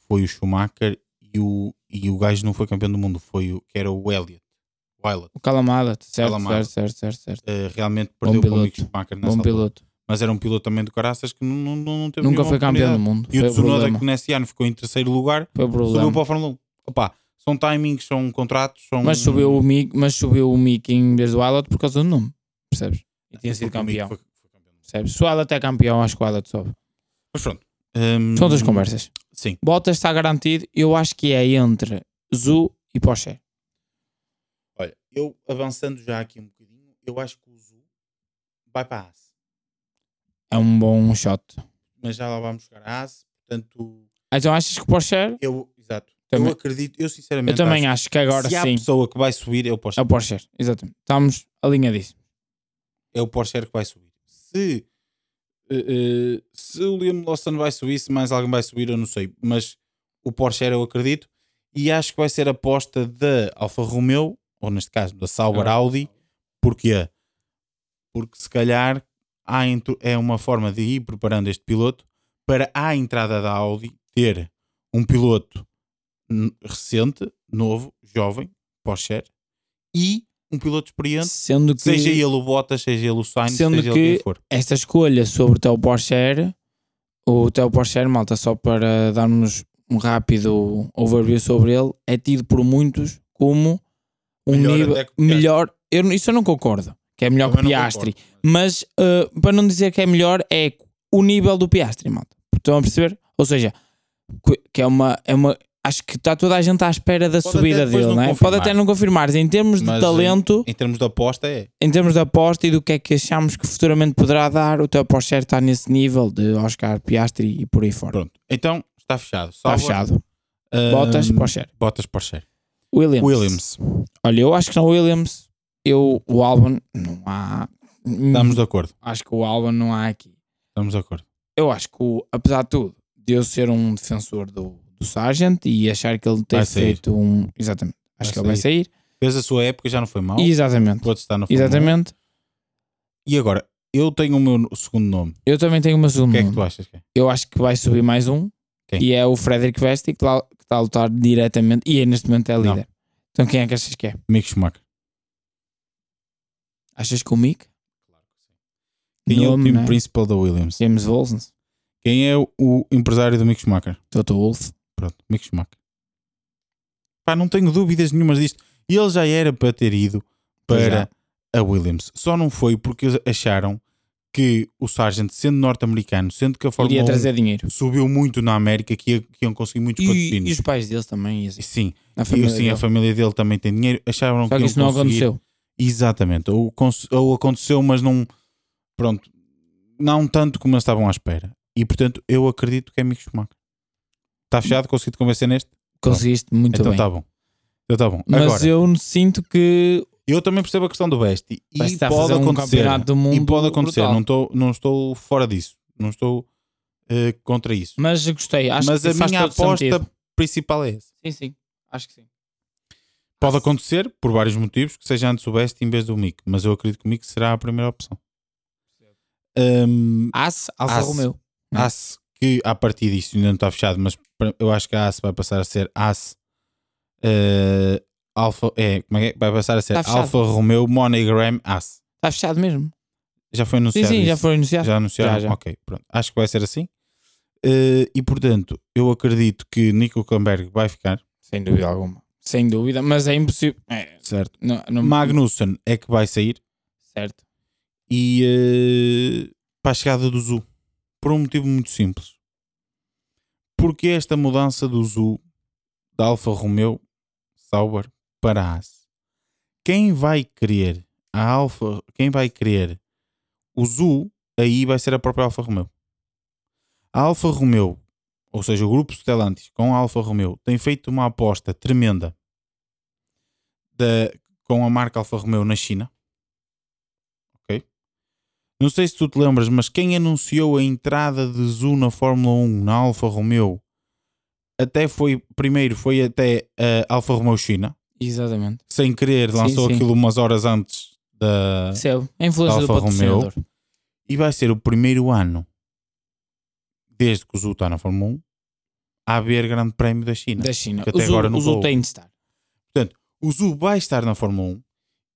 S2: foi o Schumacher e o, e o gajo não foi campeão do mundo. Foi o que era o Elliot. O Elliot.
S1: O Calamada, certo,
S2: Calamada.
S1: certo, certo, certo, certo.
S2: Eh, realmente perdeu para o Mick
S1: piloto.
S2: Schumacher nessa
S1: Bom
S2: altura.
S1: piloto.
S2: mas era um piloto também do Caraças que não, não, não teve
S1: Nunca
S2: nenhuma
S1: foi campeão do
S2: oportunidade.
S1: mundo.
S2: E
S1: foi
S2: o Tsunoda,
S1: problema.
S2: que nesse ano ficou em terceiro lugar,
S1: Foi o
S2: subiu
S1: problema.
S2: para o Fórmula 1. Opa, são timings, são contratos, são.
S1: Mas subiu o Mick, mas subiu o Mick em vez do Ailot por causa do nome, percebes? E tinha sido
S2: É, Porque o Mick
S1: campeão,
S2: foi- foi campeão.
S1: percebes? Se o Ailot é campeão, acho que o Ailot sobe.
S2: Mas pronto. Hum,
S1: São duas conversas.
S2: Sim,
S1: Bottas está garantido, eu acho que é entre Zu e Porsche.
S2: olha, eu avançando já aqui um bocadinho, eu acho que o Zu vai para a AS,
S1: É um bom shot.
S2: mas já lá vamos chegar à AS, portanto,
S1: Então achas que Porsche?
S2: eu, exato,
S1: Também-
S2: eu acredito, eu
S1: Eu
S2: sinceramente.
S1: também acho que agora
S2: se há
S1: sim.
S2: pessoa que vai subir, é o Porsche.
S1: É o Porsche, exatamente. Estamos alinhadíssimos.
S2: é o Porsche que vai subir. Se, eh, eh, se o Liam Lawson vai subir, se mais alguém vai subir, eu não sei. Mas o Porsche eu acredito. E acho que vai ser a aposta da Alfa Romeo, ou neste caso da Sauber
S1: Ah.
S2: Audi. Porquê? Porque se calhar há entro- é uma forma de ir preparando este piloto para à entrada da Audi ter um piloto n- recente, novo, jovem, Porsche, e um piloto experiente
S1: Sendo que
S2: Seja ele o Bottas, seja ele o Sainz,
S1: Sendo
S2: seja ele
S1: que-
S2: quem for.
S1: esta escolha sobre o Teu Porsche, o Teu Porsche, malta, só para darmos um rápido overview sobre ele, é tido por muitos como um
S2: Melhor
S1: nível
S2: até que o Piastri.
S1: melhor. Eu, não- isso eu não concordo, que é melhor que
S2: Também não
S1: Piastri.
S2: concordo, mas-
S1: Mas eh, para não dizer que é melhor, é o nível do Piastri, malta. Estão a perceber? Ou seja, que- que é uma. É uma acho que está toda a gente à espera da
S2: Pode até
S1: subida
S2: depois
S1: dele,
S2: não
S1: não é? Pode
S2: confirmar.
S1: até não confirmar. Em termos de
S2: Mas, eh,
S1: talento,
S2: Em termos de aposta, é.
S1: em termos de aposta e do que é que achamos que futuramente poderá dar, o teu Porsche está nesse nível de Oscar Piastri e por aí fora.
S2: Pronto. Então, está fechado.
S1: Está
S2: Sauber,
S1: fechado.
S2: ahm,
S1: Botas, Porsche.
S2: Bottas, Porsche.
S1: Williams.
S2: Williams.
S1: Olha, eu acho que não Williams. Eu, o Albon, não há. hum,
S2: Estamos de acordo.
S1: Acho que o Albon não há aqui.
S2: Estamos de acordo.
S1: Eu acho que, o- apesar de tudo, de eu ser um defensor do, do Sargent e achar que ele tem
S2: Vai sair.
S1: feito um. Exatamente. Acho
S2: Vai
S1: que ele vai sair.
S2: Fez a sua época, já não foi mal.
S1: Exatamente.
S2: Pode estar no
S1: Exatamente.
S2: E agora, eu tenho o meu segundo nome.
S1: Eu também tenho uma segunda.
S2: O que é que tu achas? que é?
S1: eu acho que vai subir mais um.
S2: Quem?
S1: E é o Frederick Vesti que lá- que está a lutar diretamente e é, neste momento é líder. Então quem é que achas que é?
S2: Mick Schumacher.
S1: Achas que o Mick?
S2: Quem é o
S1: Nome,
S2: time
S1: né?
S2: principal da Williams?
S1: James Wilson?
S2: Quem é o- o empresário do Mick Schumacher?
S1: Toto Wolff?
S2: Pronto, Mick Schumacher. Pá, não tenho dúvidas nenhumas disto. E ele já era para ter ido
S1: Pois
S2: para a Williams. Só não foi porque eles acharam que o Sargent, sendo norte-americano, sendo que a Fórmula
S1: Iria
S2: 1
S1: trazer dinheiro.
S2: subiu muito na América, que, ia- que iam conseguir muitos
S1: E, e
S2: patrocínios.
S1: os pais deles também. E assim,
S2: E sim,
S1: a
S2: e
S1: família
S2: assim, a
S1: dele.
S2: família dele também tem dinheiro. Acharam
S1: Só que
S2: iam
S1: isso não
S2: conseguir-
S1: aconteceu.
S2: Exatamente. Ou, cons- ou aconteceu, mas não. Pronto. Não tanto como eles estavam à espera. E portanto, eu acredito que é Mick Schumacher. Está fechado? Consegui te convencer neste?
S1: Conseguiste muito
S2: então
S1: bem.
S2: tá bom. Então tá bom.
S1: Mas
S2: Agora, eu...
S1: eu sinto que
S2: também percebo a questão do Besti. E
S1: vai estar a
S2: pode
S1: fazer um
S2: acontecer.
S1: campeonato do mundo.
S2: e pode acontecer.
S1: brutal.
S2: Não, tô, não estou fora disso. Não estou eh, contra isso.
S1: Mas eu gostei. Acho
S2: Mas
S1: que
S2: a
S1: faz
S2: minha
S1: todo
S2: aposta
S1: sentido.
S2: principal é essa.
S1: Sim, sim. Acho que sim.
S2: Pode acontecer, por vários motivos, que seja antes o Besti em vez do Mick. Mas eu acredito que o Mick será a primeira opção. Um,
S1: Ace, Alfa
S2: Ace.
S1: Romeo.
S2: Ace que a partir disto ainda não está fechado, mas pra- eu acho que a AS vai passar a ser AS eh, Alfa, é, como é que é? vai passar a ser
S1: Está Tá fechado.
S2: Alfa Romeo Monogram AS.
S1: Está Tá fechado mesmo.
S2: Já foi
S1: Sim,
S2: anunciado.
S1: sim, já
S2: é isso?
S1: foi anunciado.
S2: Já anunciaram?
S1: Já, já.
S2: Ok, pronto. Acho que vai ser assim. Eh, e portanto, eu acredito que Nico Camberg vai ficar,
S1: Sem dúvida alguma. Sem dúvida, mas é impossível. É,
S2: certo?
S1: não, não-
S2: Magnussen é que vai sair
S1: Certo.
S2: e eh, para a chegada do Zu. Por um motivo muito simples. Porque esta mudança do Zu da Alfa Romeo Sauber para a Haas. Quem vai querer a Alfa, quem vai querer o Zu, aí vai ser a própria Alfa Romeo. A Alfa Romeo, ou seja, o grupo Stellantis com a Alfa Romeo tem feito uma aposta tremenda da- com a marca Alfa Romeo na China. Não sei se tu te lembras, mas quem anunciou a entrada de Zu na Fórmula 1 na Alfa Romeo até foi, primeiro foi até a Alfa Romeo China,
S1: Exatamente.
S2: sem querer,
S1: Sim,
S2: lançou
S1: sim.
S2: aquilo umas horas antes da.
S1: Percebo. A influência do
S2: Ah. Alfa
S1: patrocinador.
S2: E vai ser o primeiro ano, desde que o Zu está na Fórmula 1, a haver Grande Prémio da China.
S1: Da China.
S2: Que até
S1: Os
S2: agora não
S1: agora
S2: vou.
S1: tem de estar.
S2: O Zu vai estar na Fórmula 1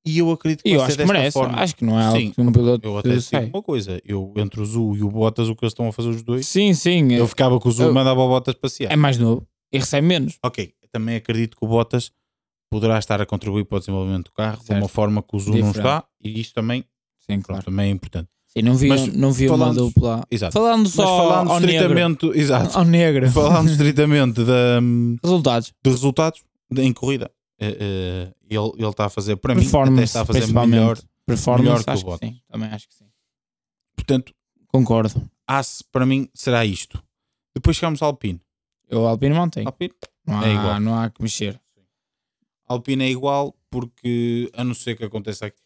S2: e eu acredito que
S1: E eu
S2: vai
S1: acho
S2: ser
S1: que
S2: desta
S1: merece.
S2: forma.
S1: Acho que não é algo
S2: Sim,
S1: que um piloto
S2: Eu até digo
S1: sai.
S2: uma coisa: eu, entre o Zu e o Bottas, o que eles estão a fazer os dois,
S1: Sim, sim.
S2: eu ficava com o Zu
S1: eu-
S2: e mandava o Bottas passear.
S1: É mais novo e recebe menos.
S2: Ok, também acredito que o Bottas poderá estar a contribuir para o desenvolvimento do carro de
S1: Certo.
S2: uma forma que o Zu não
S1: Diferente.
S2: está e isto também,
S1: Sim,
S2: pronto, também é importante.
S1: Sim, não vi, um,
S2: Mas
S1: não vi uma
S2: falando-
S1: dupla.
S2: Exato.
S1: Falando só
S2: Mas falando
S1: ao negro.
S2: estritamente, exato,
S1: Ao negro.
S2: falando estritamente da, hum,
S1: Resultados.
S2: de resultados de- em corrida, eh, eh, ele, ele está a fazer para mim, até
S1: Performance.
S2: está a fazer
S1: principalmente.
S2: melhor.
S1: Performance,
S2: melhor que o
S1: acho que,
S2: Bottas.
S1: sim. Também acho que sim.
S2: Portanto,
S1: Concordo.
S2: Ace para mim será isto. Depois chegamos ao Alpine.
S1: Eu Alpine mantém.
S2: Alpine.
S1: Não há,
S2: é igual.
S1: não há que mexer.
S2: Alpine é igual porque a não ser que aconteça aqui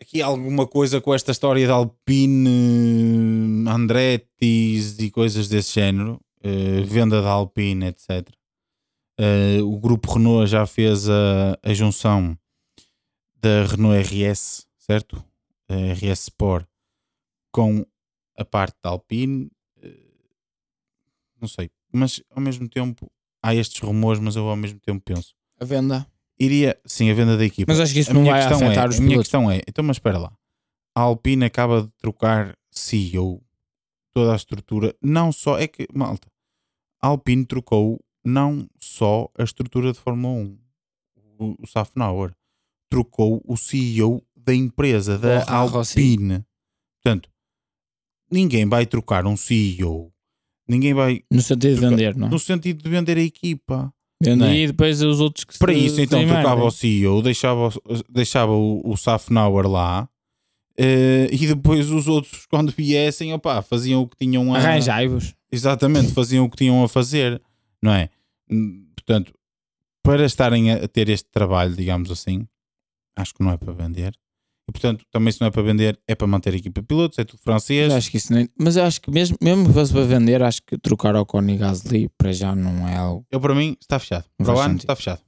S2: aqui alguma coisa com esta história de Alpine, Andretti's e coisas desse género, eh, venda da Alpine, etc. Eh, o grupo Renault já fez a, a junção da Renault RS, certo? A RS Sport com a parte da Alpine. eh, não sei, mas ao mesmo tempo há estes rumores, mas eu ao mesmo tempo penso
S1: A venda.
S2: iria sim a venda da equipa.
S1: Mas acho que isso
S2: a
S1: não
S2: minha
S1: vai
S2: questão é,
S1: afetar
S2: a
S1: os
S2: minha
S1: pilotos.
S2: questão é, então mas espera lá. A Alpine acaba de trocar CEO, toda a estrutura, não só é que malta. A Alpine trocou não só a estrutura de Fórmula 1, o, o Safnauer, trocou o CEO da empresa da
S1: Porra, Rossi.
S2: Alpine. Portanto, ninguém vai trocar um CEO. Ninguém vai
S1: No sentido de
S2: Troca-
S1: vender, não é?
S2: no sentido de vender a equipa.
S1: Vender
S2: não é?
S1: e depois os outros que
S2: Para
S1: se-
S2: isso, então,
S1: têm mais,
S2: tocava
S1: não é?
S2: ao CEO, deixava, o- deixava o, o Safnauer lá eh, e depois os outros, quando viessem, opá, faziam o que tinham a
S1: Arranjai-vos.
S2: Exatamente, faziam o que tinham a fazer, não é? Hum, Portanto, para estarem a a ter este trabalho, digamos assim, acho que não é para vender. E, portanto, também se não é para vender, é para manter a equipa de pilotos, é tudo francês.
S1: Mas acho que isso nem... Mas eu acho que mesmo, mesmo que fosse para vender, acho que trocar ao Connie Gasly para já não é algo.
S2: Eu, para mim, está fechado.
S1: Não
S2: Para o
S1: faz
S2: ano,
S1: sentido.
S2: está fechado.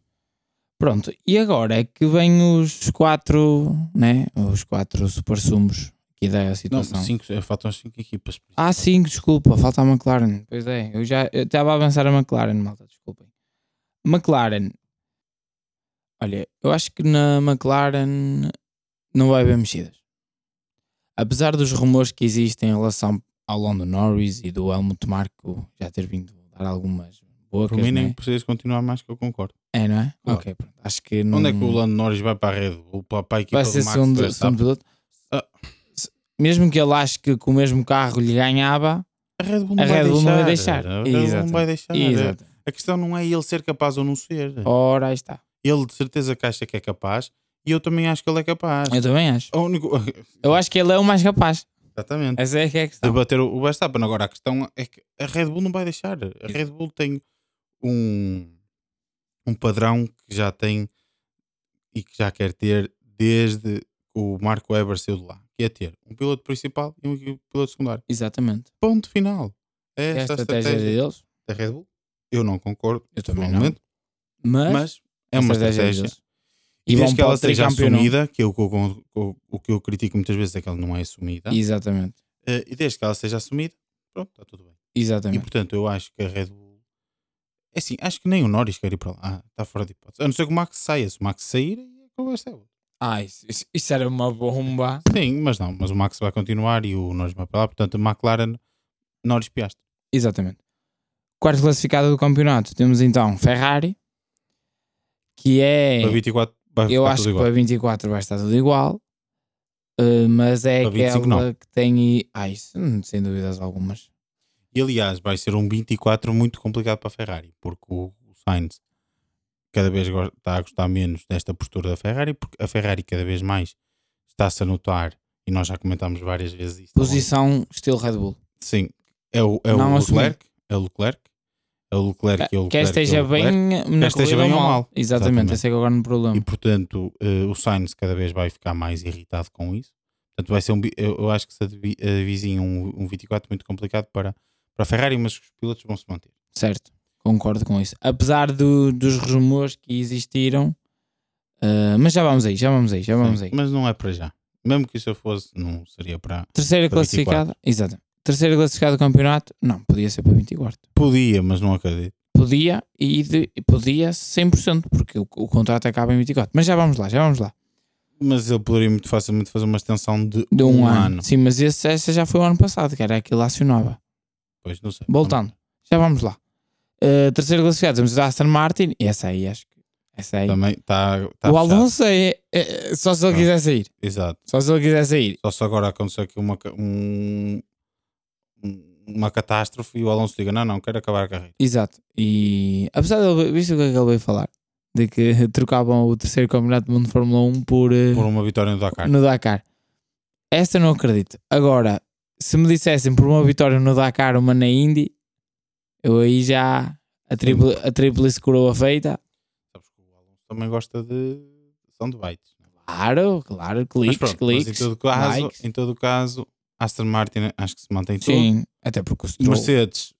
S1: Pronto, e agora é que vêm os quatro, né? Os quatro super sumos que ideia a
S2: Não,
S1: situação.
S2: cinco, eh, faltam cinco equipas.
S1: Ah, sim, desculpa, falta a McLaren. Pois é, eu já eu estava a avançar a McLaren, malta, desculpem. McLaren. Olha, eu acho que na McLaren não vai haver mexidas. Apesar dos rumores que existem em relação ao Lando Norris e do Helmut Marko já ter vindo dar algumas
S2: Por
S1: bocas,
S2: mim,
S1: né?
S2: nem precisas continuar mais, que eu concordo.
S1: é, não é?
S2: Claro.
S1: Ok, pronto. Acho que não...
S2: Onde é que o Lando Norris vai para a rede? O para para a equipa
S1: Hum. vai
S2: do
S1: ser
S2: Max
S1: segundo, segundo
S2: Verstappen?
S1: piloto?
S2: Ah.
S1: Se- Mesmo que ele ache que com o mesmo carro lhe ganhava...
S2: A Red Bull
S1: A
S2: não,
S1: Red Bull não
S2: vai,
S1: vai
S2: deixar.
S1: deixar.
S2: A Red Bull não
S1: Exato.
S2: vai deixar.
S1: Exato. Oh.
S2: A questão não é ele ser capaz ou não ser.
S1: Ora, aí está.
S2: Ele de certeza que acha que é capaz e eu também acho que ele é capaz.
S1: Eu também acho.
S2: O único...
S1: Eu acho que ele é o mais capaz.
S2: Exatamente.
S1: Essa é que é a
S2: De
S1: questão.
S2: bater o o Verstappen. Agora a questão é que a Red Bull não vai deixar. A Red Bull tem um, um padrão que já tem e que já quer ter desde que o Marco Webber saiu de lá. Que é ter um piloto principal e um piloto secundário.
S1: Exatamente.
S2: ponto final. É
S1: É a
S2: esta a
S1: estratégia
S2: estratégia
S1: deles.
S2: da Red Bull. Eu não concordo,
S1: Eu também não.
S2: provavelmente,
S1: Mas,
S2: mas é uma estratégia.
S1: deles.
S2: E desde que
S1: para o
S2: ela seja
S1: tricampeonato.
S2: assumida, que eu, o, o que eu critico muitas vezes é que ela não é assumida,
S1: Exatamente.
S2: eh, e desde que ela seja assumida, Pronto, está tudo bem. E
S1: Exatamente.
S2: portanto, eu acho que a Red Bull. É assim, acho que nem o Norris quer ir para lá. Ah, está fora de hipótese. A não ser que o Max saia. Se o Max sair, aí a conversa é outra.
S1: Ah, isso, isso- isso era uma bomba.
S2: Sim, mas não. Mas o Max vai continuar e o Norris vai para lá. Portanto, a McLaren, Norris Piastri.
S1: Exatamente. Quarto classificado do campeonato, temos então Ferrari, que é.
S2: Para 24, vai
S1: Eu
S2: ficar
S1: acho
S2: tá tudo
S1: que
S2: igual.
S1: para 24 vai estar tudo igual, eh, mas é
S2: Para 25
S1: aquela
S2: não. Tá
S1: que tem. Ah, isso, hum, sem dúvidas algumas.
S2: E aliás, vai ser um 24 muito complicado para a Ferrari, porque o o Sainz cada vez go- está a gostar menos desta postura da Ferrari, porque a Ferrari cada vez mais está-se a notar, e nós já comentámos várias vezes isso. ao longo-
S1: Posição estilo Red Bull.
S2: Sim, é o, é o
S1: Não assumir.
S2: Leclerc, é o Leclerc, é o Leclerc e é o Leclerc.
S1: Ah, Quer
S2: é
S1: esteja
S2: o Leclerc.
S1: bem na
S2: Quer esteja
S1: corrida
S2: bem ou mal.
S1: Exatamente,
S2: Exatamente.
S1: esse é que é o grande problema.
S2: E portanto, eh, o Sainz cada vez vai ficar mais irritado com isso. Portanto, vai ser um, bi- eu, eu acho que se adivi- avizinha um, um 24 muito complicado para, para a Ferrari, mas os pilotos vão se manter.
S1: Certo, concordo com isso. Apesar do- dos rumores que existiram, eh, mas já vamos aí, já vamos aí, já vamos
S2: Sim,
S1: aí.
S2: Mas não é para já. Mesmo que isso eu fosse, não seria para.
S1: Terceiro
S2: para 24.
S1: classificado, exato. Terceiro classificado do campeonato, não, podia ser para 24.
S2: Podia, mas não acredito.
S1: Podia e de- podia 100%, porque o, o contrato acaba em 24. Mas já vamos lá, já vamos lá.
S2: Mas ele poderia muito facilmente fazer uma extensão de,
S1: De um, ano. Sim, mas esse, essa já foi o ano passado, que era aquilo acionava.
S2: Pois, não sei.
S1: Voltando. Já vamos lá. Eh, terceiro classificado, temos a Aston Martin. E essa aí, acho que. Essa aí.
S2: Também tá, está.
S1: o Alonso é, é- é só se ele
S2: Pronto.
S1: quiser sair.
S2: Exato.
S1: Só se ele quiser sair.
S2: Só se agora aconteceu aqui uma, ca- um- um- uma catástrofe e o Alonso diga: não, não, quero acabar a carreira.
S1: Exato. E apesar dele, visto o que é que ele veio falar? De que trocavam o terceiro campeonato do mundo de Fórmula 1 por, eh,
S2: Por uma vitória no Dakar.
S1: no Dakar. Esta eu não acredito. Agora, se me dissessem por uma vitória no Dakar, uma na Indy, eu aí já a tripli- a tríplice coroa feita.
S2: Sabes que o Alonso também gosta de. São de bytes. não é?
S1: Claro, claro,
S2: Mas
S1: cliques,
S2: pronto, mas
S1: cliques.
S2: em todo caso,
S1: likes.
S2: em todo caso, Aston Martin acho que se mantém tudo.
S1: Sim, até porque o Stroll.
S2: Mercedes.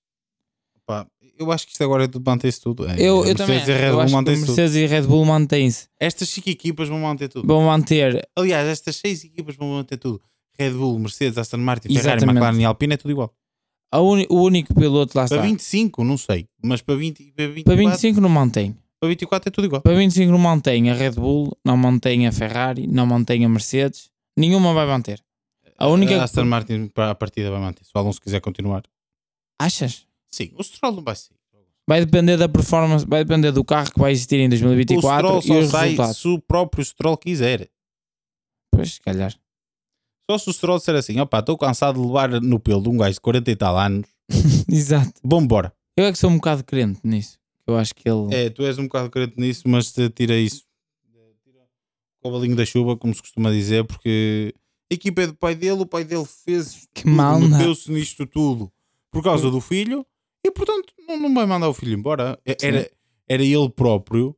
S2: Pá, eu acho que isto agora é tudo- mantém-se tudo. É,
S1: Eu, eu
S2: Mercedes
S1: também.
S2: E Red
S1: eu
S2: Bull
S1: acho que
S2: mantém-se tudo.
S1: Mercedes e Red Bull mantêm-se.
S2: Estas cinco equipas vão manter tudo.
S1: Vão manter.
S2: Aliás, estas seis equipas vão manter tudo. Red Bull, Mercedes, Aston Martin, Ferrari,
S1: Exatamente.
S2: McLaren e Alpine é tudo igual.
S1: A uni- o único piloto lá está.
S2: Para 25, não sei. Mas para, 20, para, 24,
S1: Para 25 não mantém.
S2: para 24 é tudo igual.
S1: Para 25 não mantém a Red Bull, não mantém a Ferrari, não mantém a Mercedes. Nenhuma vai manter. A única que-
S2: Aston Martin para a partida vai manter. Se o Alonso quiser continuar.
S1: Achas?
S2: Sim, o Stroll não vai sair.
S1: Vai depender da performance, vai depender do carro que vai existir em
S2: o
S1: 2024 e
S2: Stroll só
S1: os
S2: sai
S1: resultados.
S2: se o próprio Stroll quiser.
S1: Pois, se calhar.
S2: Só se o Stroll disser assim, opá, estou cansado de levar no pelo de um gajo de 40 e tal anos.
S1: Exato.
S2: Vamos embora.
S1: Eu é que sou um bocado crente nisso. Eu acho que ele.
S2: É, tu és um bocado crente nisso, mas te tira isso. Tira o cavalinho da chuva, como se costuma dizer, porque a equipa é do pai dele, o pai dele fez
S1: Que
S2: tudo,
S1: mal, não. é?
S2: meteu-se nisto tudo por causa do filho e, portanto, não, não vai mandar o filho embora. É- Era, era ele próprio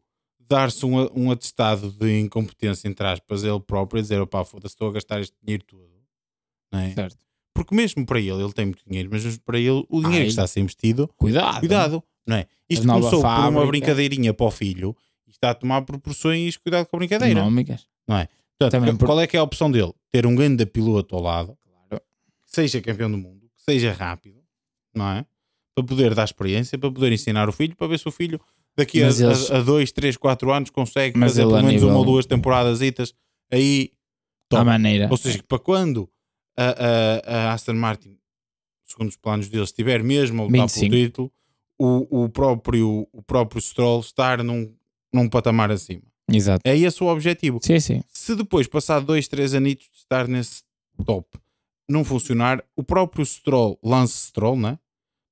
S2: dar-se um, a- um atestado de incompetência, entre aspas, ele próprio, e dizer: opá, foda-se, estou a gastar este dinheiro todo. Não é?
S1: Certo.
S2: Porque, mesmo para ele, ele tem muito dinheiro, mas mesmo para ele, o dinheiro
S1: Ai.
S2: que está a ser investido
S1: Cuidado.
S2: Cuidado, não é? Isto
S1: nova
S2: começou por uma
S1: fábrica.
S2: brincadeirinha para o filho e está a tomar proporções, cuidado com a brincadeira.
S1: Económicas.
S2: Portanto,
S1: também
S2: que-
S1: por-
S2: Qual é que é a opção dele? Ter um grande piloto ao lado,
S1: Claro.
S2: que seja campeão do mundo, que seja rápido, não é? Para poder dar experiência, para poder ensinar o filho, para ver se o filho daqui a,
S1: Mas eles-
S2: a, a dois, três, quatro anos consegue
S1: Mas
S2: fazer
S1: ele
S2: pelo
S1: a
S2: menos
S1: nível-
S2: uma ou duas temporadas aí
S1: À
S2: Top.
S1: maneira.
S2: ou seja, que para quando a, a- a Aston Martin, segundo os planos deles, estiver mesmo a lutar
S1: 25.
S2: pelo título, o, o, próprio, o próprio Stroll estar num, num patamar acima.
S1: Exato.
S2: É esse o objetivo.
S1: Sim, sim.
S2: Se depois, passar dois, três anitos de estar nesse top, não funcionar, o próprio Stroll, Lance Stroll, né?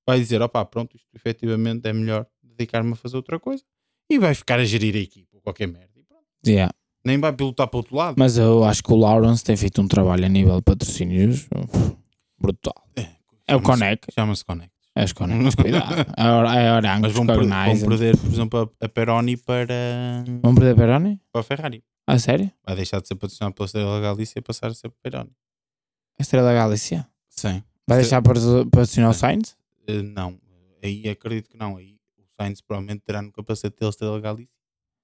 S2: vai dizer, opá, pronto, isto efetivamente é melhor dedicar-me a fazer outra coisa. E vai ficar a gerir a equipa, ou qualquer merda. E pronto.
S1: Yeah.
S2: Nem vai pilotar para o outro lado.
S1: Mas eu acho que o Lawrence tem feito um trabalho a nível de patrocínios uf, brutal. É o
S2: Chama-se-
S1: Conec.
S2: Chama-se Connect.
S1: É os Conec. Cuidado. É a é a Orange.
S2: Mas vão, per- vão
S1: Cognizant.
S2: perder, por exemplo, a, a Peroni para,
S1: Vão perder Peroni?
S2: para a Ferrari.
S1: A sério?
S2: Vai deixar de ser patrocinado pela Estrela Galícia e passar a ser Peroni.
S1: A Estrela Galícia?
S2: Sim.
S1: Vai
S2: Sim.
S1: deixar para patrocinar o Sainz?
S2: Eh, não. Aí acredito que não. Aí o Sainz provavelmente terá no capacete dele Estrela Galícia.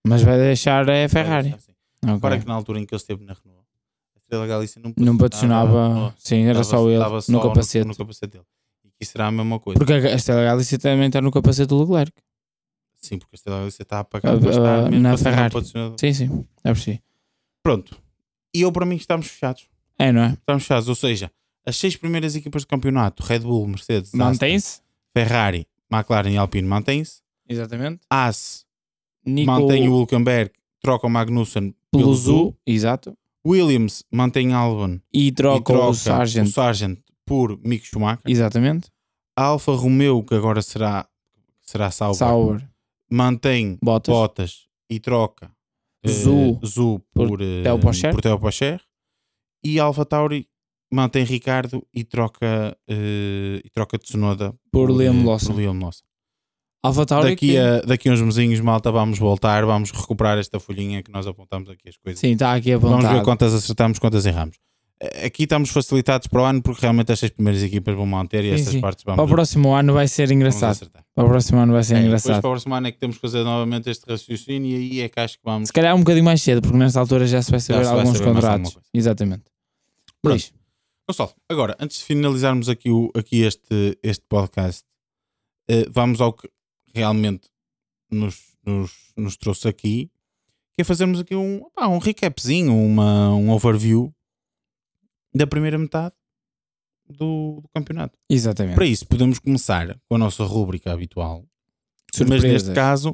S1: Mas vai deixar a
S2: Vai
S1: Ferrari.
S2: deixar, sim.
S1: Ok.
S2: Repara que na altura em que ele esteve na Renault, a Estrela Galícia não
S1: Não
S2: patrocinava a
S1: patrocinava.
S2: Renault.
S1: Sim, era
S2: Estava-
S1: só ele
S2: estava
S1: no
S2: só
S1: capacete.
S2: No, capacete dele. E aqui será a mesma coisa.
S1: Porque a Estela Galícia também está no capacete do Leclerc.
S2: Sim, porque a Estela Galícia está apagada
S1: Ah, ah, na Ferrari.
S2: um Patrocinador.
S1: Sim, sim, É já percebi.
S2: Pronto. E eu, para mim, estamos fechados.
S1: É, não é?
S2: Estamos fechados. Ou seja, as seis primeiras equipas do campeonato, Red Bull, Mercedes, Aston,
S1: Mantém-se.
S2: Ferrari, McLaren e Alpine, mantém-se.
S1: Exatamente.
S2: Haas
S1: Nico
S2: mantém o Hulkenberg, troca o Magnussen pelo Zu.
S1: Peluzu. Exato.
S2: Williams mantém Albon
S1: E troca,
S2: e troca
S1: o Sargent.
S2: por Mick Schumacher.
S1: Exatamente.
S2: A Alfa Romeo, que agora será, será Sauber,
S1: Sauber.
S2: mantém
S1: Bottas.
S2: Bottas e troca eh,
S1: Zu
S2: Zu
S1: por
S2: por, eh,
S1: Theo Pocher.
S2: por Theo Pocher. E a Alfa Tauri mantém Ricardo e troca, eh, e troca Tsunoda
S1: por
S2: eh,
S1: Liam
S2: por
S1: Lawson.
S2: Liam Lawson.
S1: Alfa Tauri.
S2: Daqui
S1: que-
S2: a, daqui a uns mesinhos, malta, vamos voltar, vamos recuperar esta folhinha que nós apontamos aqui as coisas.
S1: Sim, está aqui apontado.
S2: Vamos ver quantas acertamos, quantas erramos. Eh, Aqui estamos facilitados para o ano porque realmente estas primeiras equipas vão manter e
S1: Sim,
S2: estas
S1: sim.
S2: partes
S1: Para o
S2: vamos,
S1: próximo ano vai ser
S2: vamos
S1: engraçado.
S2: acertar.
S1: Para o próximo ano vai ser
S2: É, Depois
S1: engraçado.
S2: para a semana é que temos que fazer novamente este raciocínio e aí é que acho que vamos.
S1: Se calhar um bocadinho mais cedo, porque nesta altura já se vai saber
S2: se vai
S1: alguns
S2: saber mais alguma
S1: contratos.
S2: coisa.
S1: Exatamente.
S2: Pronto.
S1: Luís,
S2: Gonçalo, agora, antes de finalizarmos aqui, o, aqui este, este podcast, eh, vamos ao que realmente nos, nos, nos trouxe aqui, que é fazermos aqui um, pá, um recapzinho, uma, um overview da primeira metade do, do campeonato.
S1: Exatamente.
S2: Para isso, podemos começar com a nossa rúbrica habitual, mas
S1: Surpresas,
S2: neste caso, é,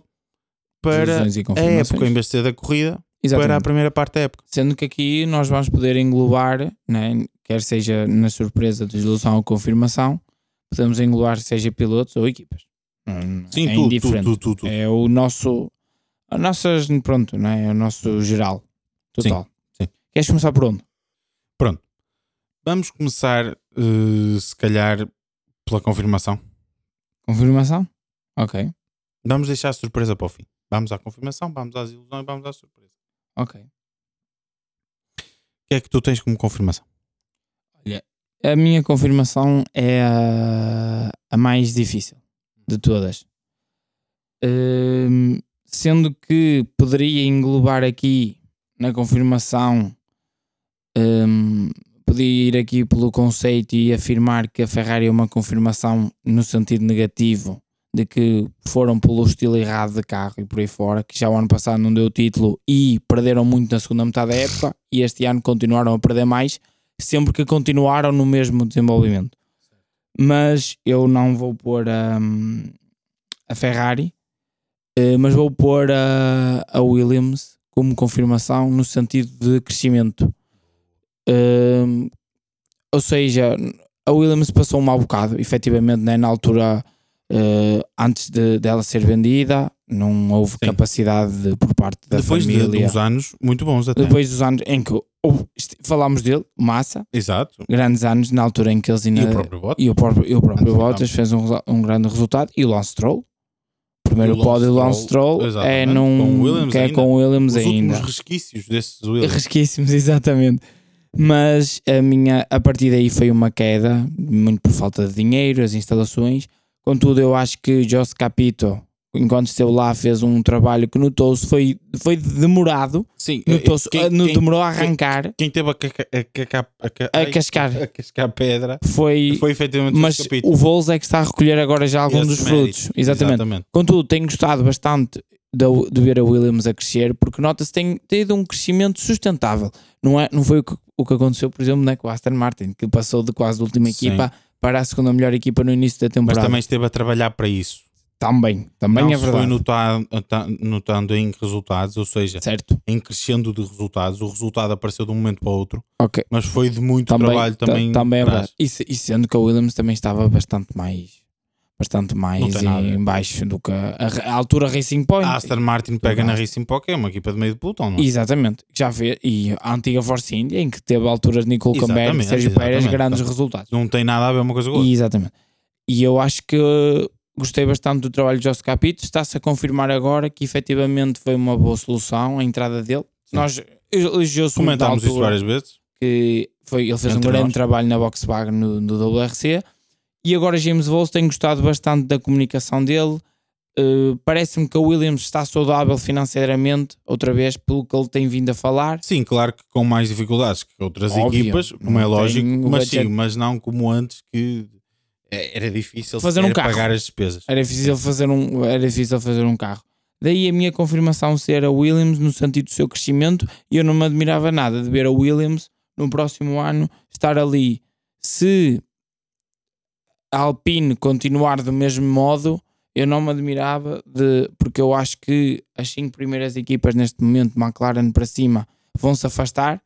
S2: para
S1: previsões e
S2: a
S1: confirmações.
S2: época, em vez de ser da corrida, para a
S1: Exatamente.
S2: primeira parte da época.
S1: Sendo que aqui nós vamos poder englobar, né, quer seja na surpresa, desilusão ou confirmação, podemos englobar seja pilotos ou equipas. Hum,
S2: Sim,
S1: é
S2: tudo, tudo,
S1: indiferente.
S2: tudo, tudo, tudo.
S1: É o nosso. A nossas, pronto, não é? É o nosso geral. Total.
S2: sim.
S1: Queres começar por onde?
S2: Vamos começar, eh, se calhar, pela confirmação.
S1: Confirmação? Ok.
S2: Vamos deixar a surpresa para o fim. Vamos à confirmação, vamos às ilusões, vamos à surpresa.
S1: Ok.
S2: O que é que tu tens como confirmação?
S1: A minha confirmação é a, a mais difícil de todas. Hum, sendo que poderia englobar aqui na confirmação, hum, podia ir aqui pelo conceito e afirmar que a Ferrari é uma confirmação no sentido negativo de que foram pelo estilo errado de carro e por aí fora, que já o ano passado não deu título e perderam muito na segunda metade da época e este ano continuaram a perder mais sempre que continuaram no mesmo desenvolvimento. Mas eu não vou pôr a, a Ferrari, eh, mas vou pôr a, a Williams como confirmação no sentido de crescimento. Ehm, ou seja, a Williams passou um mau bocado, efetivamente, né, na altura eh, antes de- dela ser vendida, não houve
S2: Sim.
S1: capacidade de- por parte da
S2: Depois de,
S1: família.
S2: de uns anos né? muito bons até.
S1: depois dos anos em que houve- falámos dele, massa,
S2: Exato.
S1: grandes anos na altura em que eles ainda.
S2: E o próprio voto.
S1: e o próprio, e o próprio
S2: Antes de
S1: Bottas fez um, resu- um grande resultado. E o Lance Stroll. Primeiro
S2: E o Lance
S1: pódio do Lance
S2: Stroll,
S1: Stroll é,
S2: exatamente, com
S1: num,
S2: o Williams
S1: que é
S2: ainda.
S1: com o Williams
S2: Os últimos
S1: ainda.
S2: resquícios desses Williams.
S1: Resquíssimos, exatamente. Mas a minha, a partir daí foi uma queda, muito por falta de dinheiro, as instalações. Contudo, eu acho que José Capito, enquanto esteve lá, fez um trabalho que notou-se, foi, foi demorado,
S2: Sim,
S1: notou-se,
S2: É, quem,
S1: ah, no-
S2: quem-
S1: demorou a arrancar,
S2: quem teve a, caca- a, caca- a, ca-
S1: a
S2: ai,
S1: cascar.
S2: a cascar pedra
S1: Foi,
S2: foi efetivamente
S1: mas
S2: esse capítulo.
S1: o Vols é que está a recolher agora já algum
S2: Esses
S1: dos
S2: méritos,
S1: frutos. Exatamente. Contudo, tenho gostado bastante de, de ver a Williams a crescer, porque nota-se que tem tido um crescimento sustentável. Não, é, não foi o que, o que aconteceu, por exemplo, né, com a Aston Martin, que passou de quase a última
S2: Sim.
S1: equipa para a segunda melhor equipa no início da
S2: Mas
S1: temporada.
S2: também esteve a trabalhar para isso.
S1: também, também
S2: Não
S1: é
S2: se foi
S1: verdade.
S2: notado, notando em resultados, ou seja,
S1: Certo.
S2: em crescendo de resultados. O resultado apareceu de um momento para o outro,
S1: Ok.
S2: mas foi de muito trabalho
S1: ta-
S2: também.
S1: também é
S2: atrás.
S1: verdade. E, se- e sendo que a Williams também estava bastante mais bastante mais
S2: tem nada. Ah,
S1: em baixo do que a, a altura Racing Point.
S2: A Aston Martin pega na
S1: Aston.
S2: Racing Pocket, é uma equipa de meio de pelotão, não é?
S1: Exatamente, já vê, e a antiga Force India, em que teve alturas de Nicole Camberg,
S2: Exatamente,
S1: Sérgio Pérez,
S2: exatamente.
S1: grandes resultados.
S2: Não tem nada a ver uma coisa com a outra.
S1: E, exatamente. E eu acho que uh, gostei bastante do trabalho de José Capito. Está-se a confirmar agora que efetivamente foi uma boa solução a entrada dele.
S2: Sim.
S1: Nós elogiou-se muito da
S2: Comentámos isso
S1: altura
S2: várias vezes.
S1: que foi, ele fez
S2: Entre
S1: um grande
S2: nós.
S1: trabalho na Volkswagen no, no WRC. E agora James Wolves tem gostado bastante da comunicação dele. Uh, Parece-me que a Williams está saudável financeiramente, outra vez, pelo que ele tem vindo a falar.
S2: Sim, claro que com mais dificuldades que outras
S1: Óbvio,
S2: equipas,
S1: não
S2: como é
S1: tem
S2: lógico,
S1: o
S2: mas
S1: budget.
S2: sim, mas não como antes que É, Era difícil
S1: Fazer
S2: sequer
S1: um carro.
S2: pagar as despesas.
S1: Era difícil fazer um, era difícil fazer um carro. Daí a minha confirmação ser a Williams no sentido do seu crescimento e eu não me admirava nada de ver a Williams no próximo ano estar ali. Se a Alpine continuar do mesmo modo, eu não me admirava de porque eu acho que as cinco primeiras equipas neste momento, McLaren para cima, vão se afastar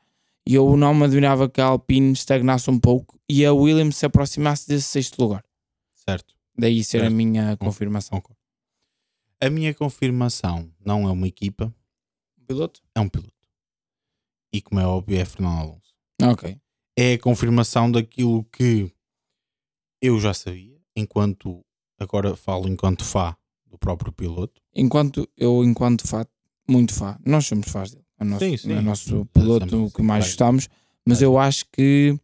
S1: e eu não me admirava que a Alpine estagnasse um pouco e a Williams se aproximasse desse sexto lugar.
S2: Certo.
S1: Daí ser a
S2: Certo.
S1: minha confirmação.
S2: Concordo. A minha confirmação não é uma equipa,
S1: Piloto?
S2: é um piloto. E como é óbvio, é Fernando Alonso.
S1: Ok.
S2: É a confirmação daquilo que eu já sabia, enquanto agora falo enquanto fá do próprio piloto.
S1: Enquanto eu, enquanto fã, muito fã, nós somos fãs dele. É o nosso,
S2: Sim, sim.
S1: é o nosso piloto
S2: Somos,
S1: que
S2: sim,
S1: mais
S2: claro.
S1: gostamos, mas eu acho que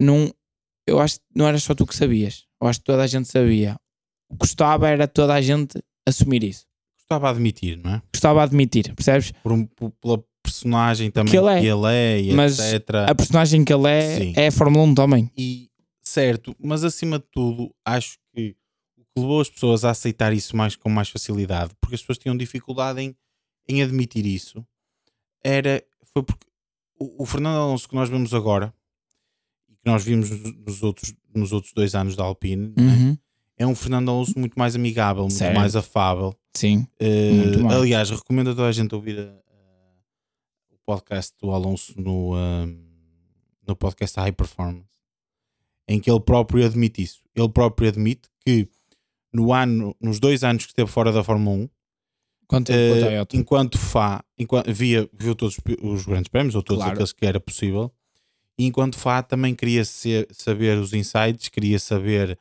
S1: não, eu acho que não era só tu que sabias. Eu acho que toda a gente sabia. O que custava era toda a gente assumir isso.
S2: Gostava a admitir, não é?
S1: Custava admitir, percebes?
S2: Por um- por- pela personagem também
S1: Que
S2: que
S1: ele
S2: ele
S1: é.
S2: é, e
S1: Mas
S2: etc.
S1: A personagem que ele é
S2: Sim.
S1: é a Fórmula 1 também.
S2: E certo, mas acima de tudo, acho que o que levou as pessoas a aceitar isso mais com mais facilidade, porque as pessoas tinham dificuldade em, em admitir isso, era foi porque o, o Fernando Alonso que nós vemos agora e que nós vimos nos- nos outros, nos outros dois anos da Alpine não é?
S1: Uhum.
S2: é um Fernando Alonso muito mais amigável, muito
S1: Certo.
S2: mais afável.
S1: é? Sim.
S2: Eh,
S1: Muito mais.
S2: aliás, recomendo a toda a gente ouvir a- a- o podcast do Alonso no, ahm, no podcast High Performance, em que ele próprio admite isso. Ele próprio admite que no ano, nos dois anos que esteve fora da Fórmula 1,
S1: Quanto
S2: eh,
S1: é que Toyota?
S2: enquanto Fá, enquanto, via, viu todos os pi- os grandes prémios, ou todos
S1: Claro.
S2: aqueles que era possível, e enquanto Fá também queria ser- saber os insights, queria saber,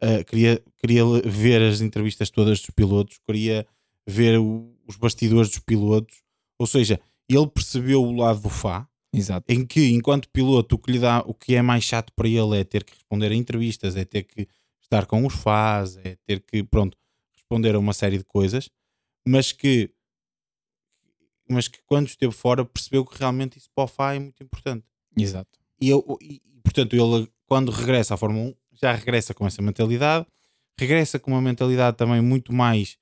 S2: eh, queria, queria le- ver as entrevistas todas dos pilotos, queria ver o- os bastidores dos pilotos, ou seja, ele percebeu o lado do Fá,
S1: Exato.
S2: em que, enquanto piloto, o que, lhe dá, o que é mais chato para ele é ter que responder a entrevistas, é ter que estar com os fãs, é ter que, pronto, responder a uma série de coisas, mas que, mas que quando esteve fora percebeu que realmente isso para o fã é muito importante.
S1: Exato.
S2: E, eu, e, e, portanto, ele quando regressa à Fórmula 1, já regressa com essa mentalidade, regressa com uma mentalidade também muito mais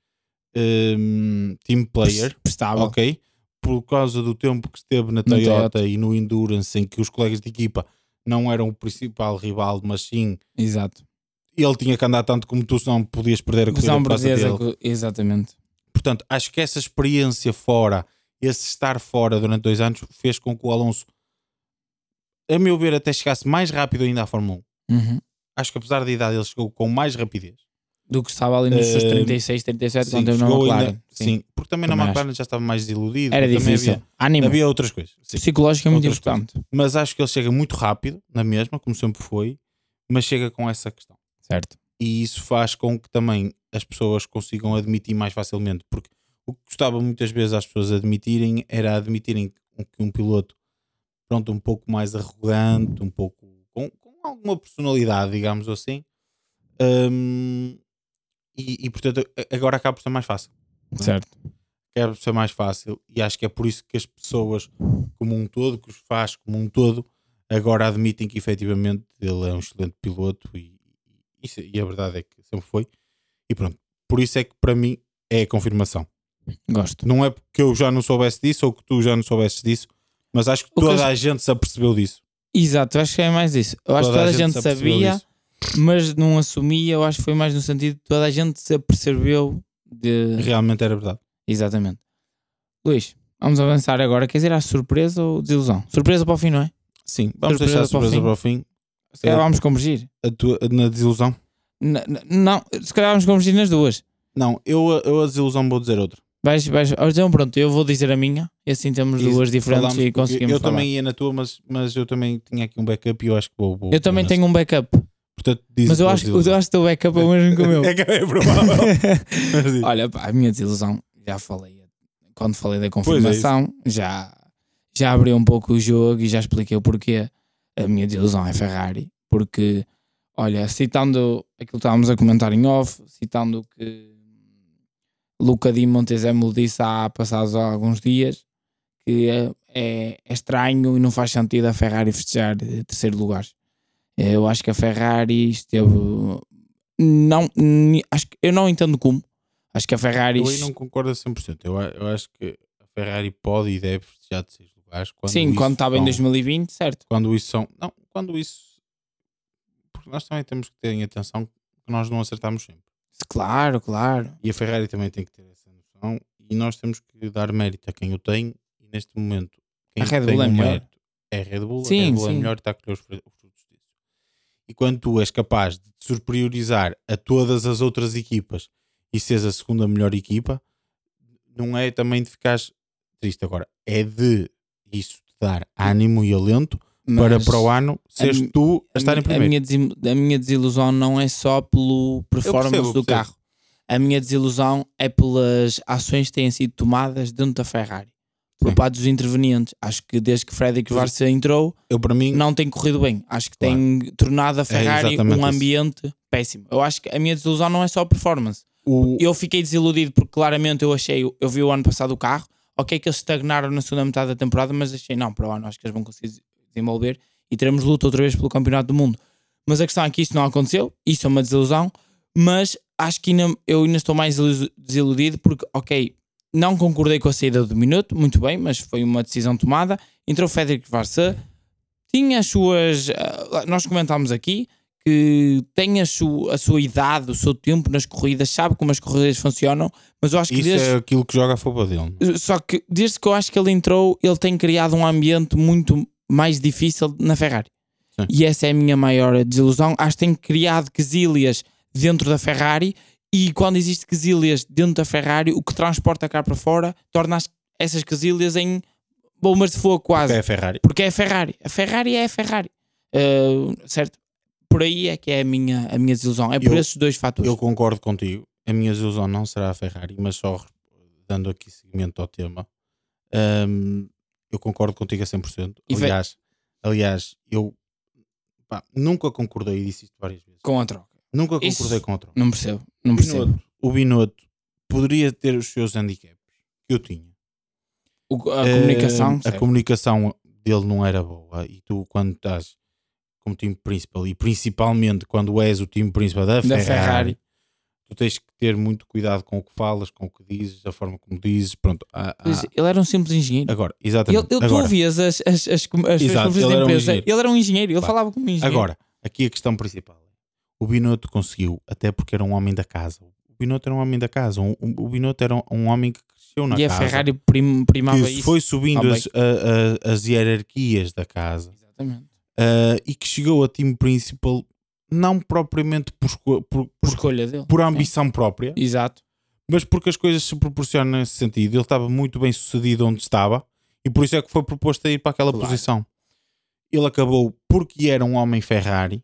S2: hum, team player.
S1: Prestável.
S2: Ok. Por causa do tempo que esteve na Toyota, e no Endurance, em que os colegas de equipa não eram o principal rival, mas sim
S1: Exato. é um
S2: ele tinha que andar tanto como tu, senão podias perder a corrida
S1: Visão
S2: por causa
S1: burguesa
S2: dele.
S1: co- é Exatamente.
S2: Portanto, acho que essa experiência fora, esse estar fora durante dois anos, fez com que o Alonso, a meu ver, até chegasse mais rápido ainda à Fórmula 1.
S1: Uhum.
S2: Acho que apesar da idade, ele chegou com mais rapidez.
S1: do que estava ali nos seus
S2: Eh,
S1: 36, 37, quando eu não
S2: chegou
S1: McLaren.
S2: ainda- sim. porque também,
S1: Também
S2: na McLaren já estava mais desiludido.
S1: Era
S2: também
S1: difícil.
S2: Havia,
S1: Ânimo.
S2: havia outras coisas. Sim.
S1: Psicológico é muito
S2: Outras
S1: importante.
S2: mas acho que ele chega muito rápido, na mesma, como sempre foi, mas chega com essa questão.
S1: Certo.
S2: E isso faz com que também as pessoas consigam admitir mais facilmente, porque o que custava muitas vezes às pessoas admitirem era admitirem que um piloto, pronto, um pouco mais arrogante, um pouco com, com alguma personalidade, digamos assim, hum, e, e portanto a- agora acaba por ser mais fácil
S1: Certo.
S2: quer ser mais fácil e acho que é por isso que as pessoas como um todo, que os faz como um todo agora admitem que efetivamente ele é um excelente piloto e, isso- e a verdade é que sempre foi e pronto, por isso é que para mim é a confirmação,
S1: Gosto.
S2: não é porque eu já não soubesse disso ou que tu já não soubesses disso mas acho que
S1: O que
S2: toda
S1: eu-
S2: a gente se apercebeu disso
S1: Exato, eu acho que é mais isso. Eu acho que toda a gente,
S2: se apercebeu
S1: sabia,
S2: disso.
S1: mas não assumia. Eu acho que foi mais no sentido de toda a gente se apercebeu de.
S2: realmente era verdade
S1: Exatamente. Luís, vamos avançar agora. Quer dizer, à surpresa ou desilusão? Surpresa para o fim, não é?
S2: sim, vamos
S1: Surpresa
S2: deixar a
S1: para o
S2: surpresa
S1: fim.
S2: para o fim
S1: Se calhar
S2: Eu-
S1: vamos convergir.
S2: a tua- na desilusão
S1: N- n- Não, se calhar vamos convergir nas duas.
S2: não, eu, eu a desilusão vou dizer outra
S1: Vais, vais, ah, então pronto, eu vou dizer a minha e assim temos
S2: Isso,
S1: duas diferentes
S2: Falámos
S1: e
S2: porque
S1: conseguimos
S2: Eu
S1: falar.
S2: também ia na tua, mas, mas eu também tinha aqui um backup e eu acho que vou. vou
S1: Eu também
S2: vou nessa.
S1: tenho um backup,
S2: Portanto, diz
S1: mas
S2: a
S1: eu
S2: tua
S1: acho, eu
S2: desilusão.
S1: acho que o teu backup é o mesmo que o meu.
S2: É que é provável. Mas diz.
S1: Olha, pá, a minha desilusão, já falei, quando falei da
S2: é,
S1: confirmação, já, já abri um pouco o jogo e já expliquei o porquê. A minha desilusão é Ferrari, porque, olha, citando aquilo que estávamos a comentar em off, citando o que Luca Di Montezemolo disse há passados alguns dias, que é, é- é estranho e não faz sentido a Ferrari festejar eh, terceiro lugar. Eu acho que a Ferrari esteve. Não, ni- acho que, eu não entendo como. Acho que a Ferrari.
S2: Eu aí não concordo a 100%. Eu, a- eu acho que a Ferrari pode e deve festejar de seis lugares. Quando
S1: sim,
S2: isso
S1: quando tá estava em
S2: são-
S1: 2020, certo.
S2: Quando isso são. Não, quando isso. Porque nós também temos que ter em atenção que nós não acertamos sempre.
S1: Claro, claro.
S2: E a Ferrari também tem que ter essa noção. E nós temos que dar mérito a quem o tem. E neste momento, quem
S1: A Red
S2: tem
S1: Bull é
S2: o
S1: melhor.
S2: mérito É a Red Bull.
S1: Sim,
S2: a Red Bull é
S1: sim.
S2: melhor e está a colher os fru- os frutos disso. E quando tu és capaz de te superiorizar a todas as outras equipas e seres a segunda melhor equipa, não é também de ficares triste agora. É de isso te dar ânimo e alento para
S1: Mas
S2: para o ano seres
S1: mi-
S2: tu a estar em
S1: mi-
S2: primeiro.
S1: minha, desi- a minha desilusão não é só pelo performance
S2: percebo, eu
S1: do
S2: percebo.
S1: carro. A minha desilusão é pelas ações que têm sido tomadas dentro da Ferrari. Por
S2: Sim.
S1: parte dos intervenientes. Acho que desde que Frederic
S2: Mas-
S1: Varsa entrou,
S2: Eu, para mim,
S1: não tem corrido bem. Acho que tem tornado a Ferrari
S2: É exatamente
S1: um
S2: isso.
S1: ambiente péssimo. Eu acho que a minha desilusão não é só a performance.
S2: o,
S1: Eu fiquei desiludido porque claramente eu achei, eu vi o ano passado o carro, ok que eles estagnaram na segunda metade da temporada, mas achei não, para o ano acho que eles vão conseguir desenvolver e teremos luta outra vez pelo campeonato do mundo. Mas a questão é que isso não aconteceu, isso é uma desilusão, mas acho que ainda- eu ainda estou mais desilu- desiludido porque, ok, não concordei com a saída do minuto, muito bem, mas foi uma decisão tomada. Entrou Federico Varsa, tinha as suas. ah, Nós comentámos aqui que tem a sua, a sua idade, o seu tempo nas corridas, sabe como as corridas funcionam, mas eu acho que
S2: isso
S1: desde,
S2: é aquilo que joga a favor dele.
S1: só que desde que eu acho que ele entrou, ele tem criado um ambiente muito mais difícil na Ferrari.
S2: Sim.
S1: E essa é a minha maior desilusão. Acho que tem criado quesílias dentro da Ferrari e quando existe quesílias dentro da Ferrari, o que transporta cá para fora torna as- essas quesílias em bombas de fogo
S2: Porque
S1: quase.
S2: é a Ferrari.
S1: Porque é a Ferrari. A Ferrari é a Ferrari. Eh, certo? Por aí é que é a minha, a minha desilusão. É por
S2: Eu-
S1: esses dois fatores.
S2: Eu concordo contigo. A minha desilusão não será a Ferrari, mas só dando aqui seguimento ao tema, hum, eu concordo contigo a 100%.
S1: E ve-
S2: Aliás, aliás eu pá, nunca concordei, e disse isto várias vezes,
S1: Com a troca.
S2: nunca
S1: isso-
S2: concordei com o Tron.
S1: Não percebo. Não
S2: O
S1: percebo.
S2: Binotto, o Binotto poderia ter os seus handicaps que eu tinha.
S1: O- a
S2: Eh,
S1: comunicação.
S2: a
S1: certo.
S2: comunicação dele não era boa. E tu, quando estás como time principal, e principalmente quando és o time principal da,
S1: Da
S2: Ferrari,
S1: Ferrari.
S2: tu tens que ter muito cuidado com o que falas, com o que dizes, a forma como dizes. Pronto, há- há-
S1: Pois, Ele era um simples engenheiro.
S2: agora,
S1: Ele,
S2: Ah. exatamente.
S1: ele, tu
S2: agora,
S1: ouvias as, as, as, com- as suas
S2: Exato,
S1: conferências de
S2: ele era um
S1: imprensa.
S2: engenheiro.
S1: ele era um engenheiro, ele
S2: Pá,
S1: falava como um engenheiro.
S2: agora, aqui a questão principal o Binotto conseguiu, até porque era um homem da casa. O Binotto era um homem da casa. Um- um- o Binotto era um, um homem que cresceu na
S1: e a
S2: casa.
S1: Ferrari prim- primava
S2: que
S1: isso.
S2: foi subindo
S1: também.
S2: as, a- a- as hierarquias da casa.
S1: Exatamente.
S2: Uh, e que chegou a time principal não propriamente por, esco- por,
S1: Por
S2: por,
S1: escolha dele.
S2: por ambição própria,
S1: Exato.
S2: mas porque as coisas se proporcionam nesse sentido. Ele estava muito bem sucedido onde estava e por isso é que foi proposto a ir para aquela
S1: Claro.
S2: posição. Ele acabou, porque era um homem Ferrari,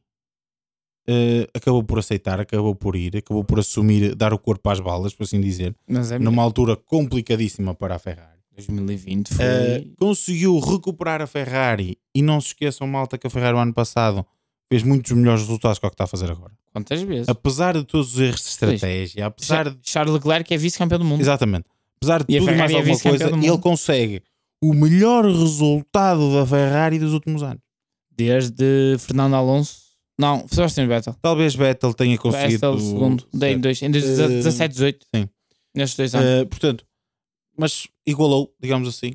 S2: uh, acabou por aceitar, acabou por ir, acabou por assumir, dar o corpo às balas, por assim dizer,
S1: Mas é
S2: numa altura complicadíssima para a Ferrari.
S1: 2020 foi.
S2: Uh, conseguiu recuperar a Ferrari e não se esqueçam, malta, que a Ferrari o ano passado fez muitos melhores resultados que o que está a fazer agora.
S1: Quantas vezes?
S2: Apesar de todos os erros de estratégia, apesar de.
S1: Charles Leclerc é vice-campeão do mundo.
S2: Exatamente. Apesar de
S1: E a
S2: tudo e mais
S1: Ferrari é
S2: alguma
S1: vice-campeã
S2: coisa,
S1: do mundo.
S2: ele consegue o melhor resultado da Ferrari dos últimos anos.
S1: Desde Fernando Alonso. Não, Sebastian Vettel.
S2: Talvez Vettel tenha conseguido.
S1: Vettel, segundo. Em, dois, em dois-
S2: Eh,
S1: 17, 18.
S2: sim.
S1: Nestes dois anos.
S2: Uh, portanto, mas igualou, digamos assim.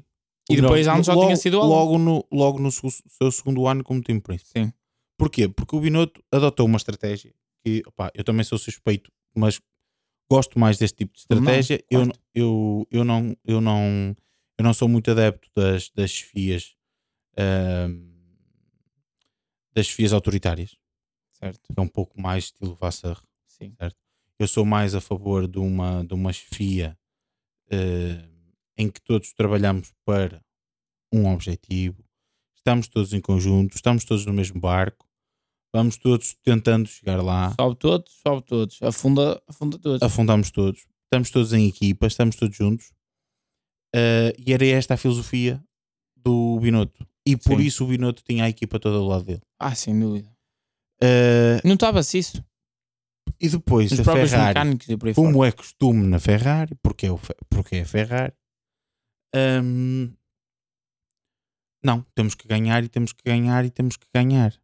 S1: E depois há um só
S2: logo,
S1: tinha sido o Alonso.
S2: logo no Logo no seu, seu segundo ano como time principal.
S1: Sim.
S2: Porquê? Porque o Binotto adotou uma estratégia que, opá, eu também sou suspeito, mas gosto mais deste tipo de
S1: Também,
S2: estratégia. eu,
S1: claro.
S2: eu, eu, não, eu, não, eu não sou muito adepto das, das FIAs ahm, ehm, das FIAs autoritárias.
S1: certo.
S2: É um pouco mais estilo Vassar
S1: Sim.
S2: eu sou mais a favor de uma, de uma chefia eh, em que todos trabalhamos para um objetivo, estamos todos em conjunto, estamos todos no mesmo barco, vamos todos tentando chegar lá,
S1: Sobe todos, sobe todos. Afunda, afunda todos.
S2: afundamos todos, estamos todos em equipa, estamos todos juntos. Eh, e era esta a filosofia do Binotto. E por
S1: Sim.
S2: isso o Binotto tinha a equipa toda do lado dele.
S1: Ah, sem dúvida.
S2: Eh,
S1: Notava-se isso.
S2: e depois
S1: Os
S2: a
S1: próprios
S2: é Ferrari
S1: mecânicos e por aí fora.
S2: como é costume na Ferrari, porque é, o Fe- porque é a Ferrari, hum, não, temos que ganhar e temos que ganhar e temos que ganhar.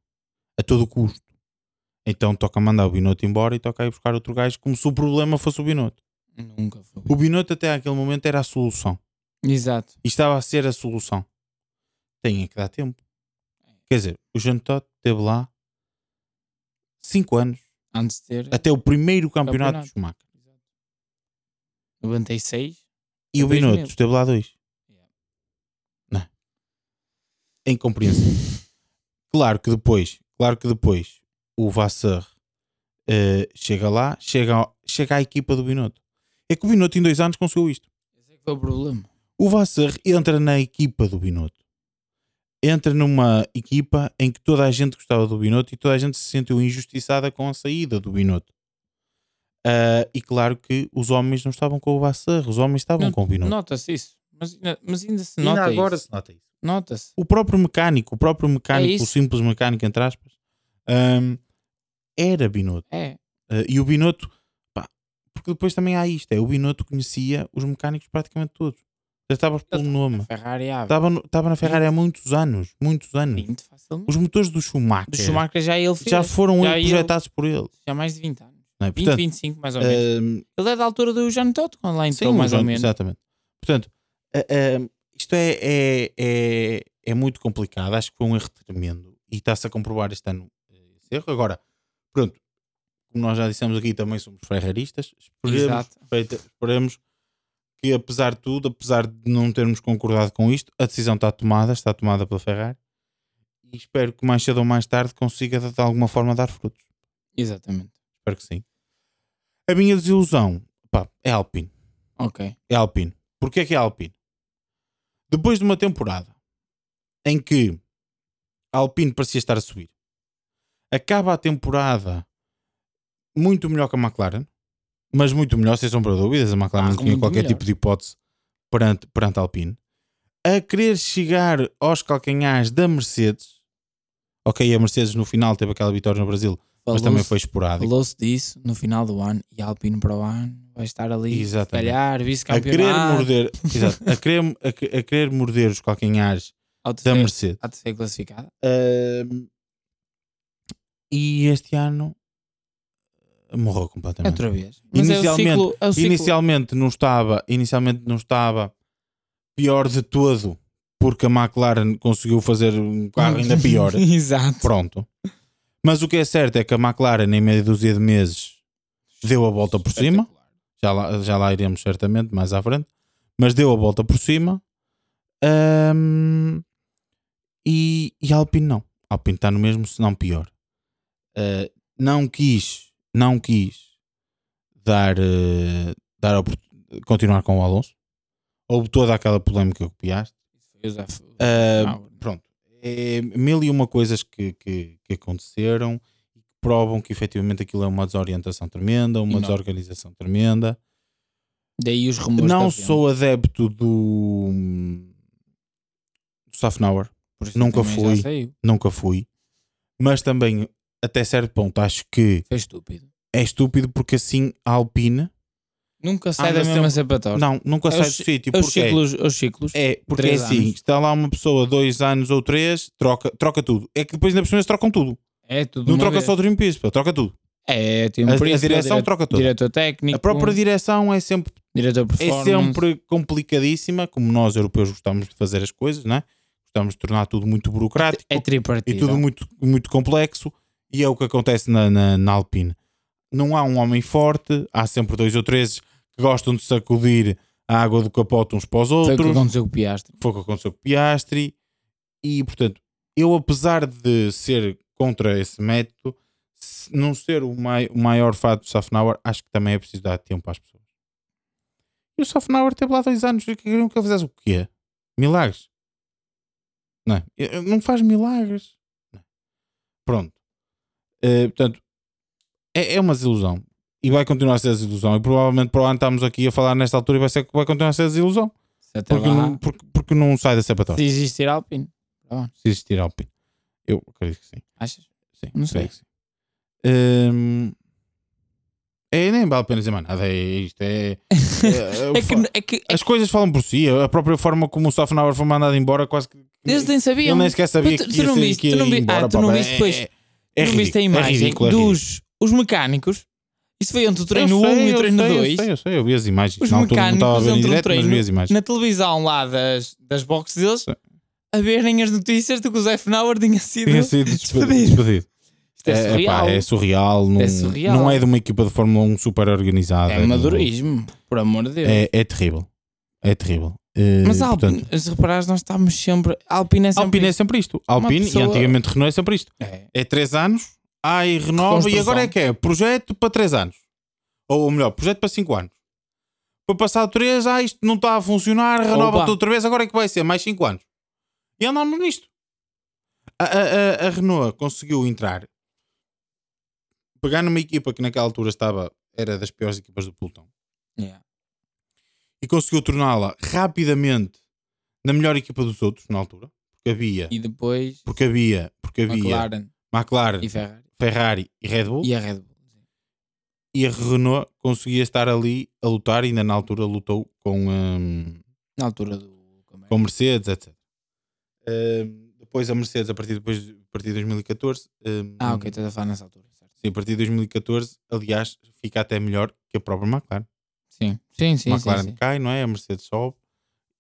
S2: a todo custo. Então toca mandar o Binotto embora e toca ir buscar outro gajo, como se o problema fosse o Binotto.
S1: Nunca foi.
S2: O Binotto até aquele momento era a solução.
S1: Exato.
S2: E estava a ser a solução. Tem é que dar tempo. Quer dizer, o Jean Todt teve lá 5 anos,
S1: Antes de ter.
S2: até o primeiro
S1: Campeonato.
S2: campeonato, de Schumacher.
S1: 96.
S2: E o
S1: Dois
S2: Binotto
S1: mil.
S2: esteve lá dois.
S1: Yeah.
S2: Não. É incompreensível. claro que depois, claro que depois o Vassar eh, chega lá, chega, ao- chega à equipa do Binotto. É que o Binotto em dois anos conseguiu isto.
S1: Esse é que foi o problema.
S2: O Vassar entra na equipa do Binotto. Entra numa equipa em que toda a gente gostava do Binotto e toda a gente se sentiu injustiçada com a saída do Binotto. Ah, e claro que os homens não estavam com o Vassar, os homens estavam com o Binotto.
S1: Nota-se isso. Mas, ainda- mas ainda se
S2: Ainda
S1: nota
S2: agora
S1: isso.
S2: se nota isso.
S1: Nota-se.
S2: O próprio mecânico, o próprio mecânico,
S1: É isso.
S2: o simples mecânico, entre aspas, hum, era Binotto.
S1: É.
S2: Uh, e o Binotto, pá, porque depois também há isto: é o Binotto conhecia os mecânicos praticamente todos. Já estava pelo nome.
S1: Ferrari abre.
S2: Estava, no- estava na Ferrari há muitos anos, muitos anos.
S1: 20 facilmente.
S2: Os motores do Schumacher,
S1: Do Schumacher já é ele fez.
S2: já foram
S1: Já
S2: ele
S1: ele-
S2: projetados por ele.
S1: Já mais de 20 anos.
S2: não é?
S1: 20,
S2: Portanto,
S1: 25 mais ou menos.
S2: hum,
S1: Ele é da altura do Jean Todt quando lá entrou
S2: Sim,
S1: Então, mais
S2: João,
S1: ou menos.
S2: Exatamente. Portanto, eh, eh, isto é, é, é, é muito complicado. Acho que foi um erro tremendo. E está-se a comprovar este ano eh, esse erro. Agora, pronto, como nós já dissemos aqui, também somos ferraristas. Esperemos,
S1: Exato.
S2: feita- esperemos que, apesar de tudo, apesar de não termos concordado com isto, a decisão está tomada, está tomada pela Ferrari. E espero que mais cedo ou mais tarde consiga de alguma forma dar frutos.
S1: Exatamente.
S2: Espero que sim. A minha desilusão pá, é a Alpine
S1: Ok.
S2: é Alpine. Porquê é que é Alpine? Depois de uma temporada em que a Alpine parecia estar a subir, acaba a temporada muito melhor que a McLaren, mas muito melhor, sem sombra de dúvidas. A McLaren
S1: Ah,
S2: não tinha
S1: muito
S2: qualquer
S1: melhor.
S2: tipo de hipótese perante, perante a Alpine. A querer chegar aos calcanhares da Mercedes, ok, a Mercedes no final teve aquela vitória no Brasil, mas também
S1: Falou-se-
S2: foi esporádica.
S1: Falou-se disso no final do ano e Alpine para o ano vai estar ali,
S2: Exatamente.
S1: se calhar,
S2: A querer
S1: vice-campeonato,
S2: morder, exato, a, querer, a que- a querer morder os calcanhares
S1: ao
S2: da
S1: terceiro-
S2: Mercedes.
S1: à terceira classificada.
S2: Ah, Ahm, e este ano eh, morreu
S1: É
S2: completamente.
S1: outra vez. Mas
S2: Inicialmente-
S1: é o ciclo, é o ciclo
S2: Inicialmente não estava, inicialmente não estava pior de todo, porque a McLaren conseguiu fazer um carro ainda pior.
S1: Exato.
S2: Pronto. Mas o que é certo é que a McLaren em meia dúzia de meses deu a volta por cima. já lá, já lá iremos certamente mais à frente, mas deu a volta por cima Ahm, e, e a Alpine não. A Alpine está no mesmo, se não pior. Ah, não quis, não quis dar, eh, dar opor- continuar com o Alonso. Houve toda aquela polémica que piaste. Ah,
S1: Ah,
S2: pronto, é mil e uma coisas que, que, que aconteceram e que provam que efetivamente aquilo é uma desorientação tremenda, uma
S1: Enorme.
S2: desorganização tremenda
S1: Daí os rumores. da
S2: não
S1: Alpine.
S2: sou adepto do, do Safnauer,
S1: Por isso
S2: nunca
S1: também já
S2: fui.
S1: saiu.
S2: nunca fui, mas também até certo ponto acho que
S1: Foi estúpido.
S2: é estúpido porque assim a Alpine
S1: Nunca sai
S2: Anda
S1: da mesma
S2: sempre-
S1: sapatória.
S2: não, nunca
S1: É
S2: sai
S1: os-
S2: do sítio
S1: Os
S2: porque é-
S1: ciclos, os ciclos.
S2: é, porque é
S1: Três
S2: assim,
S1: anos.
S2: está lá uma pessoa dois anos ou três, troca, troca tudo. É que depois na pessoa trocam tudo.
S1: É tudo
S2: Não
S1: uma
S2: troca
S1: vez.
S2: só o Dream Piece, pá, troca tudo.
S1: É, tem um
S2: A, a
S1: príncipe,
S2: direção
S1: diretor,
S2: troca tudo.
S1: diretor técnico,
S2: A própria direção é sempre
S1: diretor
S2: é
S1: performance.
S2: sempre complicadíssima, como nós europeus gostamos de fazer as coisas, não é? Gostamos de tornar tudo muito burocrático
S1: é tripartido.
S2: e tudo um muito, muito complexo, e é o que acontece na, na, na Alpine. Não há um homem forte, há sempre dois ou três que gostam de sacudir a água do capote uns para os
S1: Foi o que
S2: outros.
S1: aconteceu com o Piastri.
S2: Foi o que aconteceu com o Piastri. E, portanto, eu, apesar de ser contra esse método, se não ser o, mai- o maior fado do Safnauer, acho que também é preciso dar tempo às pessoas. E o Safnauer teve lá dois anos e queriam que ele fizesse o quê? Milagres? Não, é? Eh, não faz milagres. Não. é? Pronto. Eh, portanto, é, é uma desilusão. E vai continuar a ser desilusão. E provavelmente para o ano estamos aqui a falar nesta altura e vai, ser, vai continuar a ser desilusão.
S1: Se até
S2: Porque
S1: lá,
S2: não, porque, porque não sai da sapatória.
S1: se existir Alpine,
S2: Se existir Alpine. Eu acredito que sim.
S1: achas?
S2: sim
S1: Não
S2: acredito
S1: sei.
S2: que sim. Hum, é, nem vale a pena dizer mais nada. É isto. É, é- é-
S1: É que, é que, é que
S2: as coisas falam por si. A própria forma como o Safnauer foi mandado embora, quase que.
S1: eles nem sabiam.
S2: Ele nem sequer sabia
S1: Mas tu-
S2: que
S1: tu
S2: ia
S1: não
S2: ser-
S1: viste,
S2: que ia
S1: tu não vi-
S2: embora,
S1: ah, tu
S2: pá,
S1: não
S2: pá.
S1: viste
S2: É-
S1: depois.
S2: é- É
S1: não viste a
S2: ridículo, é
S1: imagem
S2: ridículo, é
S1: dos os mecânicos? Isso foi entre o treino 1
S2: Eu sei,
S1: e o
S2: eu
S1: treino
S2: sei,
S1: 2.
S2: Eu sei, eu sei, eu vi as imagens.
S1: Os
S2: Na altura não estava a
S1: mecânicos
S2: ver
S1: entram
S2: em
S1: no
S2: direto, mas vi
S1: treino
S2: as imagens.
S1: na televisão lá das, das boxes deles
S2: Sim.
S1: a verem as notícias de que o Zé Fnauer tinha sido.
S2: Tinha sido despe-
S1: despedido.
S2: despedido.
S1: Isto é,
S2: É,
S1: surreal.
S2: pá, é surreal, não,
S1: surreal.
S2: Não é de uma equipa de Fórmula 1 super organizada.
S1: É madurismo, por amor de Deus.
S2: É, é terrível. É terrível. Eh,
S1: Mas a
S2: portanto,
S1: Alpine, se reparares, nós estávamos sempre. A Alpine é sempre.
S2: Alpine é sempre isto. Alpine
S1: pessoa-
S2: e antigamente Renault é sempre isto.
S1: É.
S2: É 3 anos, ai, renova e
S1: Reconstrução.
S2: agora é que é? Projeto para 3 anos. Ou, ou melhor, projeto para 5 anos. Para passar 3, ah, isto não está a funcionar, renova
S1: Opa.
S2: tudo outra vez, agora é que vai ser mais 5 anos. E andamos nisto. A, a- a- a Renault conseguiu entrar, pegar numa equipa que naquela altura estava, era das piores equipas do pelotão
S1: Yeah.
S2: e conseguiu torná-la rapidamente na melhor equipa dos outros na altura, porque havia,
S1: E depois.
S2: porque havia, porque havia McLaren,
S1: McLaren e Ferrari.
S2: Ferrari e Red Bull
S1: E a Red Bull.
S2: e a Renault conseguia estar ali a lutar, ainda na altura lutou com hum,
S1: Na altura do. como é?
S2: com Mercedes, etc. Hum, depois a Mercedes, a partir, depois, a partir de 2014, hum,
S1: Ah, ok, estás a falar nessa altura. certo.
S2: sim, a partir de 2014, aliás, fica até melhor que a própria McLaren.
S1: Sim, sim, sim. sim,
S2: McLaren
S1: sim.
S2: cai, não é? A Mercedes sobe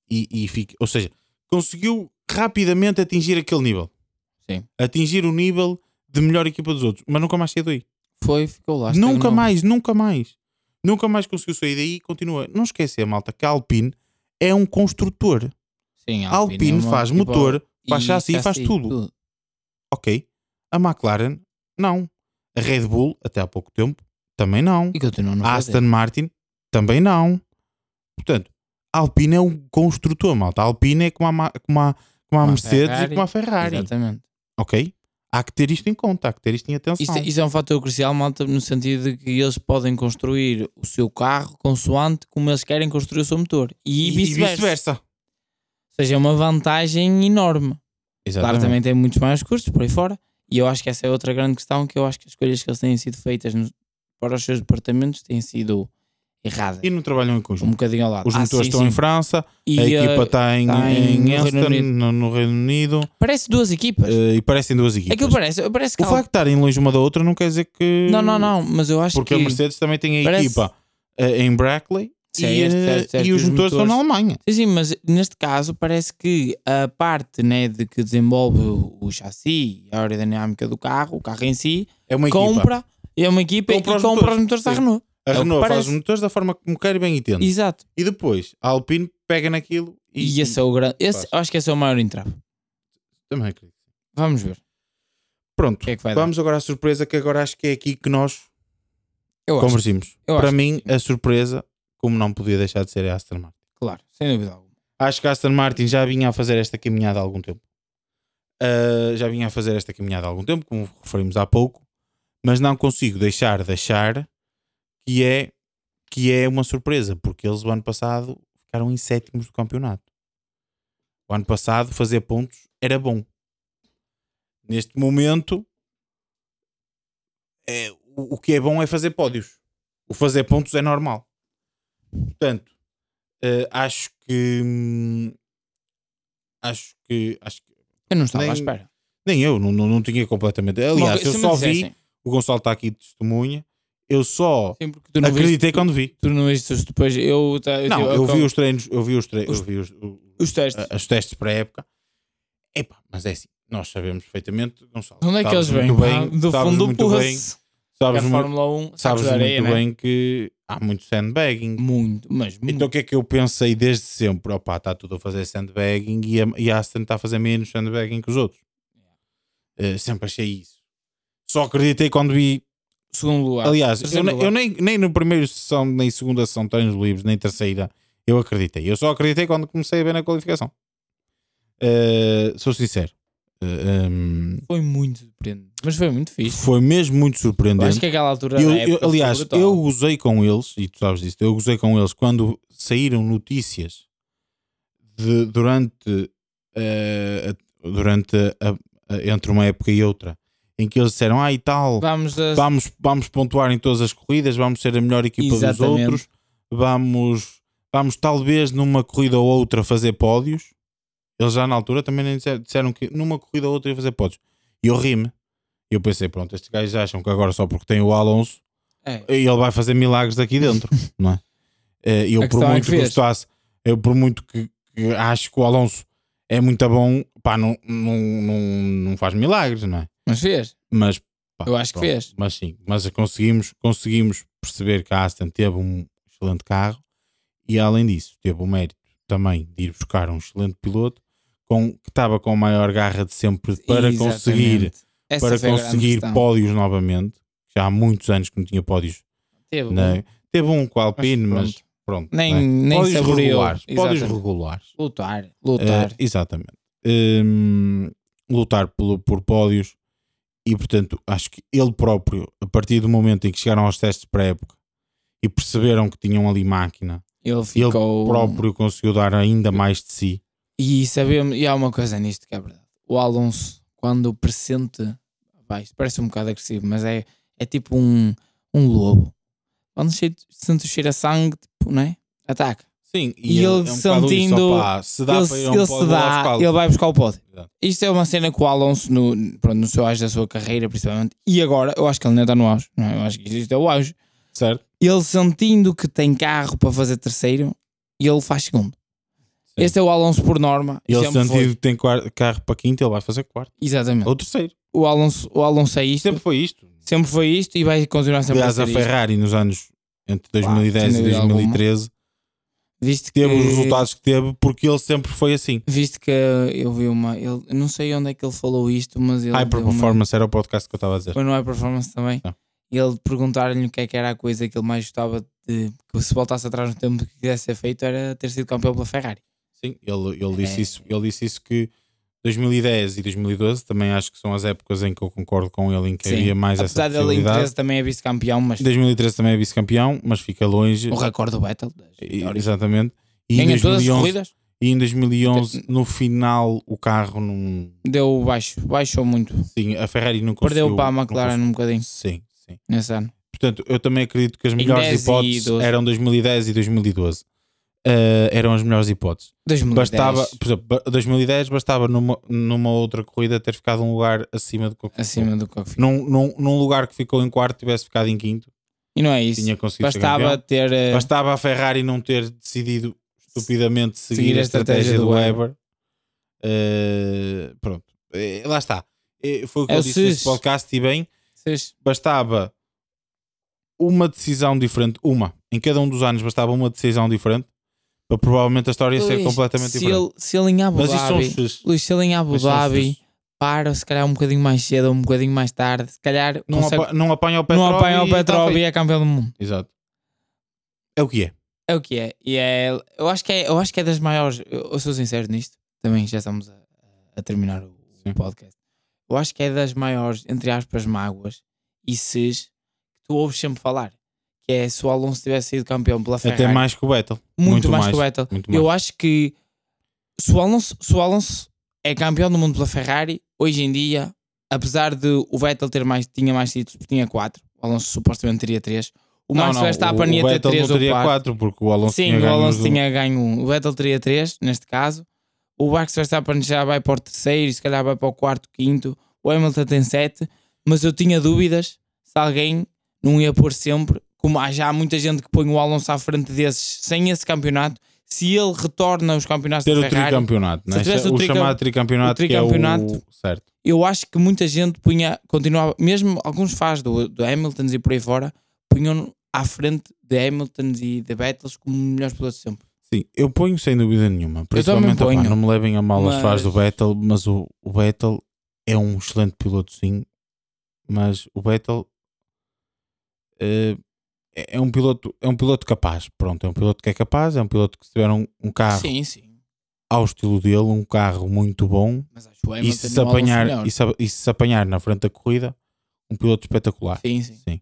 S2: e, e fica. Ou seja, conseguiu rapidamente atingir aquele nível.
S1: Sim.
S2: Atingir o nível de melhor equipa dos outros, mas nunca mais saiu daí.
S1: Foi, ficou lá.
S2: nunca
S1: estagnou.
S2: mais, nunca mais. Nunca mais conseguiu sair daí e continua. Não esquecer, malta, que a Alpine é um construtor.
S1: Sim, a
S2: A Alpine,
S1: é uma
S2: faz
S1: equipa-
S2: motor, faz
S1: e
S2: chassi, faz tudo. Ok. A McLaren, não. A Red Bull, até há pouco tempo, também não.
S1: E é continua no
S2: A Aston Martin também não. Portanto, a Alpine é um construtor, malta. A Alpine é como a, Ma- como a, como a
S1: Como a
S2: Mercedes
S1: Ferrari.
S2: e como a Ferrari.
S1: Exatamente.
S2: Ok? Há que ter isto em conta, há que ter isto em atenção.
S1: Isso, isso é um fator crucial, malta, no sentido de que eles podem construir o seu carro consoante como eles querem construir o seu motor. E, vice-versa. Ou seja, é uma vantagem enorme. Claro, também tem muitos mais custos por aí fora. E eu acho que essa é outra grande questão, que eu acho que as escolhas que eles têm sido feitas nos- para os seus departamentos têm sido erradas.
S2: E não trabalham em
S1: Um
S2: conjunto.
S1: bocadinho ao lado.
S2: Os
S1: Ah,
S2: motores
S1: sim,
S2: estão
S1: sim.
S2: em França,
S1: E,
S2: a
S1: eh,
S2: equipa tá- está em,
S1: está
S2: em,
S1: em- no Reino
S2: Aston,
S1: Unido.
S2: no, no Reino Unido,
S1: Parece duas equipas.
S2: eh, e parecem duas equipas.
S1: Aquilo parece, parece que
S2: O
S1: há-
S2: facto de estarem longe uma da outra não quer dizer que.
S1: Não, não, não, mas eu acho
S2: Porque
S1: que.
S2: a Mercedes também tem a
S1: Parece-
S2: equipa eh, em Brackley e,
S1: Certo,
S2: eh,
S1: certo, certo,
S2: e os, motores estão na Alemanha.
S1: Sim, sim, mas neste caso parece que a parte né, de que desenvolve o, o chassi, a aerodinâmica do carro, o carro em si,
S2: É uma equipa.
S1: compra, é uma equipa
S2: Compra
S1: e
S2: os
S1: compra
S2: motores.
S1: os motores da
S2: Sim.
S1: Renault.
S2: A
S1: é o que
S2: Renault faz
S1: parece.
S2: os motores da forma como quer e bem entende. E,
S1: Exato.
S2: depois a Alpine pega naquilo e.
S1: E esse é o grande. Esse,
S2: faz.
S1: eu acho que esse é o maior entrave.
S2: Também acredito.
S1: Vamos ver. O
S2: Pronto,
S1: que é que vai
S2: vamos agora à surpresa que agora acho que é aqui que nós
S1: dar? Eu acho,
S2: conversamos.
S1: Eu
S2: Para
S1: acho
S2: mim, a surpresa, como não podia deixar de ser, é a Aston Martin.
S1: claro, sem dúvida alguma.
S2: Acho que a Aston Martin já vinha a fazer esta caminhada há algum tempo. Ah, já vinha a fazer esta caminhada há algum tempo, como referimos há pouco, mas não consigo deixar de achar que é, que é uma surpresa, porque eles o ano passado ficaram em sétimos do campeonato. O ano passado fazer pontos era bom. Neste momento, é, o o que é bom é fazer pódios. O fazer pontos é normal. Portanto, eh, acho que hum, acho que acho que
S1: Eu não estava
S2: Nem-
S1: à espera.
S2: nem eu não, não, não tinha completamente aliás
S1: Bom,
S2: eu
S1: se me
S2: só vi
S1: dissessem,
S2: o Gonçalo está aqui de testemunha eu só
S1: Sim, porque tu não
S2: acreditei
S1: viste,
S2: quando vi
S1: Tu não viste os depois. Eu, tá- eu,
S2: não
S1: tive-
S2: eu
S1: com-
S2: vi os treinos eu vi os treinos
S1: Os-
S2: eu vi os, Ah, o-
S1: os testes.
S2: a- os testes para a época Epá, mas é assim nós sabemos perfeitamente Gonçalo
S1: Onde é que eles
S2: ah, sabes
S1: vêm?
S2: muito
S1: pá? do
S2: sabes
S1: fundo do
S2: muito
S1: poço.
S2: bem
S1: É a
S2: sabes, mu-
S1: Fórmula 1.
S2: sabes
S1: sacos de
S2: muito
S1: areia, né?
S2: bem que há muito sandbagging
S1: Muito, mas muito.
S2: Então o que é que eu pensei desde sempre? Opa, está tudo a fazer sandbagging e a, e a Aston está a fazer menos sandbagging que os outros. Eh, sempre achei isso. Só acreditei quando vi.
S1: Segundo lugar.
S2: Aliás, eu,
S1: Terceiro
S2: ne-
S1: lugar.
S2: eu nem, nem no primeiro sessão, nem segunda sessão, treinos livres, nem terceira, eu acreditei. Eu só acreditei quando comecei a ver na qualificação. Eh, sou sincero. Eh, ehm,
S1: Foi muito surpreendente. Mas foi muito fixe.
S2: foi mesmo muito
S1: Eu acho
S2: surpreendente.
S1: que é aquela altura.
S2: Eu-
S1: da
S2: eu-
S1: época
S2: aliás,
S1: foi brutal.
S2: eu gozei com eles, e tu sabes disso, eu gozei com eles quando saíram notícias de- durante, eh, a- durante a- a- entre uma época e outra, em que eles disseram, ah e tal,
S1: Vamos a.
S2: vamos, vamos pontuar em todas as corridas, vamos ser a melhor equipa dos
S1: Exatamente.
S2: outros, vamos, vamos talvez numa corrida ou outra fazer pódios. Eles já na altura também nem disseram, disseram que numa corrida ou outra ia fazer pódios. E eu ri-me. E eu pensei, pronto, estes gajos acham que agora só porque tem o Alonso,
S1: É.
S2: ele vai fazer milagres aqui dentro, não é? Eh,
S1: A
S2: Eu, por
S1: questão é
S2: muito
S1: que
S2: que
S1: fez.
S2: gostasse, eu, por muito que, que acho que o Alonso é muito bom, pá, não, não, não, não faz milagres, não é?
S1: Mas fez.
S2: Mas pá,
S1: Eu acho que fez.
S2: Mas sim, mas conseguimos, conseguimos perceber que a Aston teve um excelente carro e além disso teve o mérito também de ir buscar um excelente piloto com, que estava com a maior garra de sempre para
S1: Exatamente.
S2: conseguir
S1: Essa
S2: para
S1: foi a grande
S2: conseguir
S1: questão.
S2: pódios novamente. Já há muitos anos que não tinha pódios.
S1: Teve um,
S2: né? Teve um com a
S1: mas
S2: Alpine, mas
S1: pronto.
S2: pronto.
S1: nem,
S2: né?
S1: nem
S2: pódios
S1: saboreou.
S2: regulares. Pódios
S1: Exatamente.
S2: regulares.
S1: Lutar, lutar.
S2: Eh, exatamente. Hum, lutar pelo, por pódios e, portanto, acho que ele próprio, a partir do momento em que chegaram aos testes pré-época e perceberam que tinham ali máquina,
S1: ele ficou.
S2: ele próprio conseguiu dar ainda mais de si.
S1: E sabemos, e há uma coisa nisto que é verdade. O Alonso, quando pressente, pá, isto parece um bocado agressivo, mas é, é tipo um, um lobo. Quando cheiro, sente o cheiro a sangue, tipo, não é? Ataca.
S2: Sim,
S1: e E ele ele é um bocado isso, sentindo- opá,
S2: se dá
S1: Ele,
S2: para
S1: se-
S2: ir um
S1: ele se dá, ele vai buscar o pódio.
S2: Exato.
S1: Isto é uma cena que o Alonso, no, pronto, no seu auge da sua carreira, principalmente, e agora, eu acho que ele ainda está no auge, não é? Eu acho que isto é o auge.
S2: Certo?
S1: Ele sentindo que tem carro para fazer terceiro, ele faz segundo.
S2: Sim.
S1: Este é o Alonso por norma.
S2: Ele
S1: sempre
S2: sentido
S1: é um foi. É.
S2: que tem quar- carro para quinto, ele vai fazer quarto.
S1: Exatamente.
S2: Ou terceiro.
S1: o Alonso, o Alonso é isto,
S2: Sempre foi isto.
S1: sempre foi isto e vai continuar sempre
S2: Aliás,
S1: a
S2: a
S1: ser é isto.
S2: Ferrari nos anos entre
S1: sem
S2: 2010 e
S1: dúvida alguma. É.
S2: 2013
S1: Visto que,
S2: teve os resultados que teve porque ele sempre foi assim.
S1: Visto que eu vi uma. Ele, eu não sei onde é que ele falou isto, mas ele.
S2: Hyper
S1: deu uma-
S2: Performance era o podcast que eu estava a dizer.
S1: Foi no High Performance também.
S2: Não.
S1: E ele perguntaram-lhe o que é que era a coisa que ele mais gostava de. que se voltasse atrás no tempo que quisesse ser feito era ter sido campeão pela Ferrari.
S2: Sim, ele, ele, disse
S1: É.
S2: isso, ele disse isso que 2010 e 2012 também acho que são as épocas em que eu concordo com ele em que
S1: Sim.
S2: havia mais
S1: Apesar
S2: é, essa
S1: dele em
S2: possibilidade.
S1: 13 também é vice-campeão, mas
S2: 2013 também é vice-campeão, mas fica longe.
S1: o recorde do Vettel. das
S2: E-
S1: vitórias.
S2: Exatamente. E em,
S1: Ganha todas as
S2: 2011,
S1: corridas, Então,
S2: e em 2011, no final, o carro não.
S1: deu baixo, baixou muito.
S2: Sim, a Ferrari não conseguiu.
S1: Perdeu para a
S2: não
S1: McLaren um bocadinho
S2: conseguiu- Sim, sim.
S1: nesse ano.
S2: Portanto, eu também acredito que as melhores
S1: 10 e
S2: hipóteses
S1: 12.
S2: eram 2010 e 2012. Ah, eram as melhores hipóteses.
S1: 2010.
S2: Bastava, por exemplo, ba- 2010 bastava numa, numa outra corrida ter ficado um lugar acima do que
S1: acima do que eu fiz.
S2: num, num, num lugar que ficou em quarto tivesse ficado em quinto,
S1: E não é isso.
S2: tinha conseguido ser
S1: Bastava
S2: campeão.
S1: ter. eh,
S2: Bastava a Ferrari não ter decidido estupidamente seguir, a estratégia, do Weber. Eh, pronto, Eh, lá está. Eh, foi o que
S1: É
S2: eu
S1: o
S2: disse nesse
S1: Sis.
S2: podcast e bem,
S1: vocês-
S2: bastava uma decisão diferente, uma, em cada um dos anos bastava uma decisão diferente para provavelmente a história ser
S1: Luís,
S2: completamente
S1: se
S2: diferente.
S1: ele, se ele em Abu
S2: Mas isto são
S1: Dhabi.
S2: Sis.
S1: Luís, se ele em Abu
S2: Mas são
S1: Dhabi
S2: Sis.
S1: para, se calhar um bocadinho mais cedo ou um bocadinho mais tarde, se calhar
S2: não,
S1: consegue-
S2: apa- não apanha o Petrov
S1: não apanha o
S2: e tá
S1: Petrov
S2: feito.
S1: e é campeão do mundo.
S2: Exato. É o que é.
S1: É o que é. E é, eu, acho que é eu acho que é das maiores. Eu, eu sou sincero nisto. Também já estamos a, a terminar o, o
S2: Sim.
S1: podcast. Eu acho que é das maiores, entre aspas, mágoas e ses que tu ouves sempre falar. Que é se o Alonso tivesse sido campeão pela Ferrari.
S2: Até mais que o Vettel.
S1: muito,
S2: muito
S1: mais,
S2: mais.
S1: que o Vettel.
S2: Muito mais.
S1: Eu acho que se o, Alonso, se o Alonso é campeão do mundo pela Ferrari, hoje em dia, apesar de o Vettel ter mais, tinha mais títulos, porque tinha 4, o Alonso supostamente teria 3, o
S2: não,
S1: Max
S2: não,
S1: Verstappen
S2: o,
S1: ia
S2: o
S1: ter
S2: Vettel
S1: 3
S2: não
S1: ou
S2: teria
S1: 4.
S2: 4 porque o Alonso
S1: Sim,
S2: tinha
S1: o
S2: ganho
S1: Alonso
S2: nos-
S1: tinha ganho 1, o Vettel teria 3, neste caso. O Max Verstappen já vai para o terceiro, e se calhar vai para o quarto, quinto. O Hamilton tem 7, mas eu tinha dúvidas se alguém não ia pôr sempre, como há já muita gente que põe o Alonso à frente desses sem esse campeonato, se ele retorna aos campeonatos
S2: ter
S1: da
S2: o
S1: Ferrari,
S2: tricampeonato,
S1: Se
S2: né?
S1: tivesse o
S2: o,
S1: tricam-
S2: chamado tricampeonato,
S1: o
S2: que é o
S1: tricampeonato.
S2: certo.
S1: eu acho que muita gente punha, continuava, mesmo alguns fãs do, do Hamilton e por aí fora, punham à frente de Hamilton e de Battles como melhores pilotos de sempre.
S2: Sim, eu ponho sem dúvida nenhuma. Principalmente, opá,
S1: ponho.
S2: não me levem a mal as
S1: Mas-
S2: faz do Vettel, mas o, o Vettel é um excelente pilotozinho, mas o Vettel eh, é, é um piloto, é um piloto capaz, pronto, é um piloto que é capaz, é um piloto que se tiver um, um carro
S1: Sim, sim.
S2: ao estilo dele, um carro muito bom,
S1: Mas acho que o
S2: e
S1: Hamilton
S2: se,
S1: e
S2: se
S1: o Alonso
S2: apanhar,
S1: melhor.
S2: e, se, e se apanhar na frente da corrida, um piloto espetacular.
S1: Sim, sim.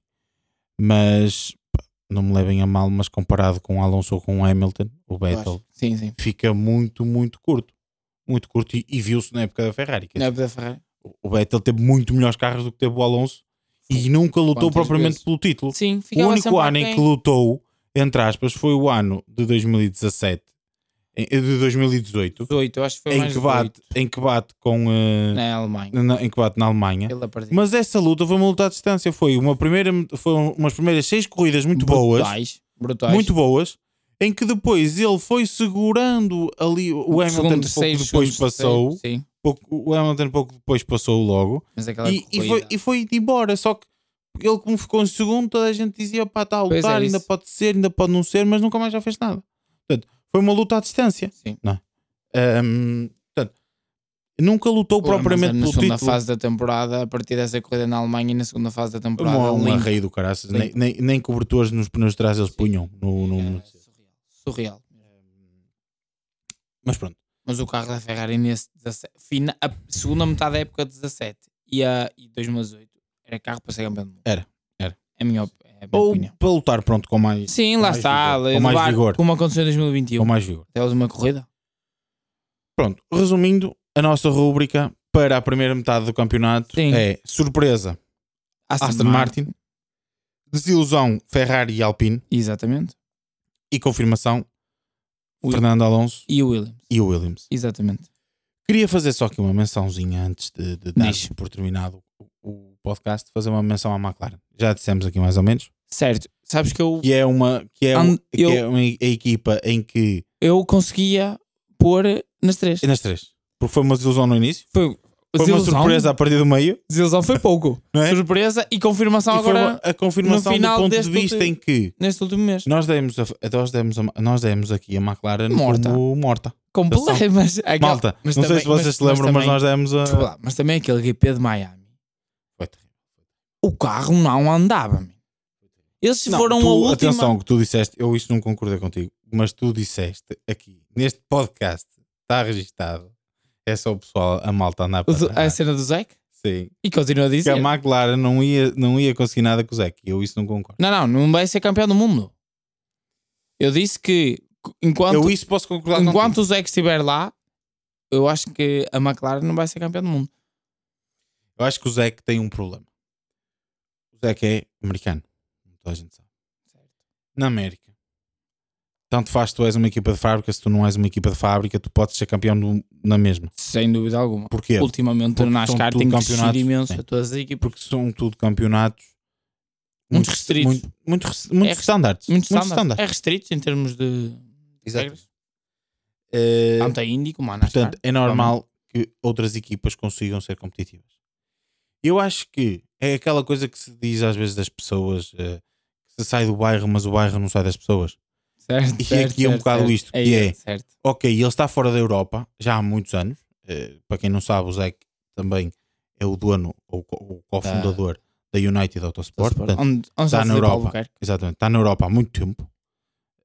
S2: Mas pá, não me levem a mal, mas comparado com o Alonso ou com o Hamilton, o
S1: eu
S2: Vettel
S1: acho. Sim, sim.
S2: fica muito, muito curto. Muito curto e, e viu-se na época da Ferrari. quer
S1: Na
S2: dizer,
S1: época da Ferrari.
S2: O Vettel teve muito melhores carros do que teve o Alonso e nunca lutou
S1: Quantas
S2: propriamente
S1: vezes?
S2: pelo título.
S1: Sim,
S2: O
S1: ficava
S2: único
S1: sempre
S2: ano em
S1: aquém.
S2: que lutou, entre aspas, foi o ano de 2017, em- eh, de 2018,
S1: 18, eu acho que foi
S2: em
S1: mais
S2: que, bate,
S1: 18,
S2: em que bate com. eh,
S1: na Alemanha.
S2: é na- em que bate na Alemanha.
S1: Ele a partir
S2: Mas essa luta foi uma luta à distância. Foi uma primeira, foi umas primeiras seis corridas muito boas.
S1: brutais, brutais.
S2: Muito boas. Em que depois ele foi segurando ali. O Hamilton um
S1: Segundo,
S2: pouco
S1: seis,
S2: depois
S1: segundo, seis,
S2: passou.
S1: sim,
S2: pouco- o Hamilton um pouco depois passou logo.
S1: mas aquela
S2: e, e
S1: corrida-
S2: foi, e foi de embora. Só que ele, como ficou em segundo, toda a gente dizia: pá, está a
S1: Pois
S2: lutar,
S1: é,
S2: ainda
S1: isso.
S2: pode ser, ainda pode não ser, mas nunca mais já fez nada. Portanto, foi uma luta à distância.
S1: Sim.
S2: Ahm, portanto, nunca lutou
S1: Pô,
S2: propriamente
S1: mas na
S2: pelo
S1: segunda
S2: título.
S1: fase da temporada, a partir dessa corrida na Alemanha e na segunda fase da temporada, um
S2: Uma, uma
S1: Link,
S2: rei do caraças,
S1: Sim.
S2: nem, nem, nem cobertores nos pneus de trás eles punham. No, no-
S1: era surreal, É, surreal. É,
S2: Mas pronto,
S1: Mas o carro da Ferrari nesse 17, fina, a segunda metade da época 17 e, a, e 2018 era carro para ser campeão do mundo.
S2: Era, era.
S1: É a minha, op- é a minha
S2: ou
S1: opinião.
S2: para lutar, pronto, com mais,
S1: Sim, lá
S2: mais
S1: está,
S2: vigor, com
S1: levar-
S2: mais vigor.
S1: como aconteceu em
S2: com
S1: 2021.
S2: mais vigor.
S1: Até a última um. corrida.
S2: Pronto, resumindo, a nossa rúbrica para a primeira metade do campeonato
S1: Sim.
S2: é surpresa Aston, Martin. desilusão Ferrari e Alpine
S1: Exatamente.
S2: e confirmação
S1: Ui.
S2: Fernando Alonso
S1: E o Williams.
S2: e o Williams.
S1: Exatamente.
S2: Queria fazer só aqui uma mençãozinha antes de, de dar
S1: Diz.
S2: por terminado o, o podcast, fazer uma menção à McLaren. Já dissemos aqui mais ou menos.
S1: Certo. Sabes que eu,
S2: que é uma que é, um-
S1: And-
S2: que
S1: eu-
S2: é uma e- a equipa em que
S1: eu conseguia pôr nas três.
S2: nas três porque foi uma desilusão no início
S1: Foi,
S2: foi uma surpresa a partir do meio
S1: Desilusão foi pouco.
S2: Não é?
S1: Surpresa e confirmação
S2: e foi
S1: agora
S2: uma- a confirmação
S1: no
S2: do
S1: final
S2: ponto de
S1: deste
S2: vista
S1: último-
S2: em que
S1: neste último mês.
S2: nós demos a, nós demos a- nós demos aqui a McLaren
S1: Morta.
S2: como morta
S1: Com
S2: Atenção.
S1: problemas. Aquela-
S2: Malta
S1: mas
S2: não sei
S1: também-
S2: se vocês se lembram mas,
S1: também-
S2: nós demos a
S1: Desculpa lá, mas também aquele GP de Miami.
S2: Foi terrível.
S1: O carro não andava. man. Eles
S2: Não,
S1: foram
S2: tu-
S1: a última.
S2: atenção que tu disseste eu isso não concordei contigo mas tu disseste aqui neste podcast está registado é só o pessoal a Malta andar
S1: O
S2: para
S1: do- a
S2: trás.
S1: cena do Zeke.
S2: sim
S1: E continua a
S2: que é
S1: dizer.
S2: a McLaren não ia, não ia conseguir nada com o Zeke. Eu isso não concordo.
S1: Não, não, não vai ser campeão do mundo. Eu disse que enquanto,
S2: eu isso posso concordar
S1: enquanto o Zeke estiver lá, eu acho que a McLaren não vai ser campeão do mundo.
S2: contigo. Eu acho que o Zeke tem um problema. O Zeke é americano. como Toda a gente sabe. Na América. Tanto faz tu és uma equipa de fábrica, se tu não és uma equipa de fábrica, tu podes ser campeão do- na mesma.
S1: Sem dúvida alguma.
S2: Porquê?
S1: Ultimamente o
S2: Porque são
S1: NASCAR
S2: tudo
S1: tem crescido
S2: campeonatos,
S1: imenso
S2: sim.
S1: a todas as equipas.
S2: Porque são tudo campeonatos
S1: Muito restritos. É
S2: Muito, muito, res- muito
S1: rest-
S2: standards.
S1: Muito É,
S2: Muito
S1: standard.
S2: standards.
S1: É restrito em termos de regras.
S2: Eh,
S1: Tanto a Indy como a NASCAR.
S2: Portanto, é normal que outras equipas consigam ser competitivas. Eu acho que é aquela coisa que se diz às vezes das pessoas eh, que se sai do bairro, mas o bairro não sai das pessoas.
S1: Certo,
S2: E aqui é um bocado isto,
S1: É,
S2: que é-
S1: isso, certo.
S2: Ok, ele está fora da Europa já há muitos anos. Eh, para quem não sabe, o Zeke também é o dono ou co- o cofundador da United Autosport.
S1: Onde-
S2: Portanto,
S1: onde
S2: está
S1: está
S2: na
S1: Filipe
S2: Europa.
S1: Albuquerque.
S2: exatamente, está na Europa há muito tempo.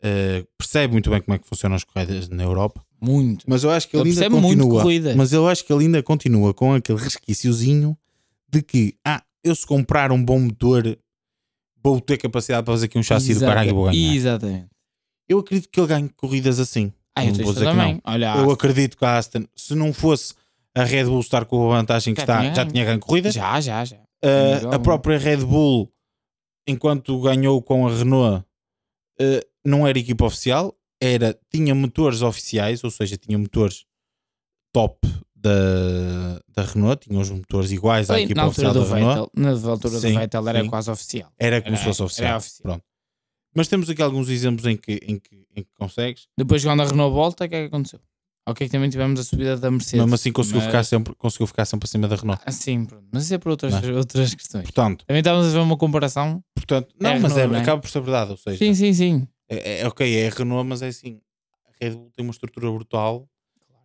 S2: Eh, percebe muito bem como é que funcionam as corridas na Europa.
S1: Muito.
S2: Mas eu acho que
S1: Ele
S2: ele ainda
S1: percebe muito de
S2: continua.
S1: corrida.
S2: Mas eu acho que ele ainda continua com aquele resquíciozinho de que, ah, eu se comprar um bom motor, vou ter capacidade para fazer aqui um chassi do
S1: Exata-
S2: caralho e vou ganhar.
S1: Exatamente.
S2: Eu acredito que ele ganhe corridas assim.
S1: Ah, eu
S2: Não vou
S1: estou
S2: dizer que
S1: também. Olha,
S2: Eu acredito que a Aston, se não fosse a Red Bull estar com a vantagem que
S1: Já
S2: está,
S1: tinha
S2: já
S1: ganho.
S2: tinha ganho corridas.
S1: já, já, já.
S2: Ah,
S1: Igual,
S2: a
S1: não.
S2: própria Red Bull, enquanto ganhou com a Renault, ah, não era equipa oficial, era, tinha motores oficiais, ou seja, tinha motores top da, da Renault, tinha os motores iguais à
S1: Foi
S2: equipa
S1: na altura
S2: oficial da
S1: do
S2: Renault.
S1: Vettel, na altura
S2: Sim,
S1: do Vettel era
S2: sim.
S1: quase oficial.
S2: Era como
S1: Era-
S2: se fosse oficial.
S1: era oficial.
S2: Pronto. Mas temos aqui alguns exemplos em que, em que, em que consegues,
S1: Depois, quando a Renault volta, o que é que aconteceu? Ok, que também tivemos a subida da Mercedes.
S2: mesmo assim conseguiu,
S1: mas-
S2: ficar sempre, conseguiu ficar sempre acima da Renault.
S1: Ah, sim, pronto. Mas isso é por outras,
S2: Mas-
S1: outras questões.
S2: Portanto,
S1: Também estávamos a ver uma comparação.
S2: portanto não,
S1: É
S2: mas
S1: Renault,
S2: é-
S1: não é?
S2: acaba por ser verdade. Ou seja,
S1: Sim, sim, sim.
S2: É, é- ok, é a Renault, mas é assim. A Red Bull tem uma estrutura brutal.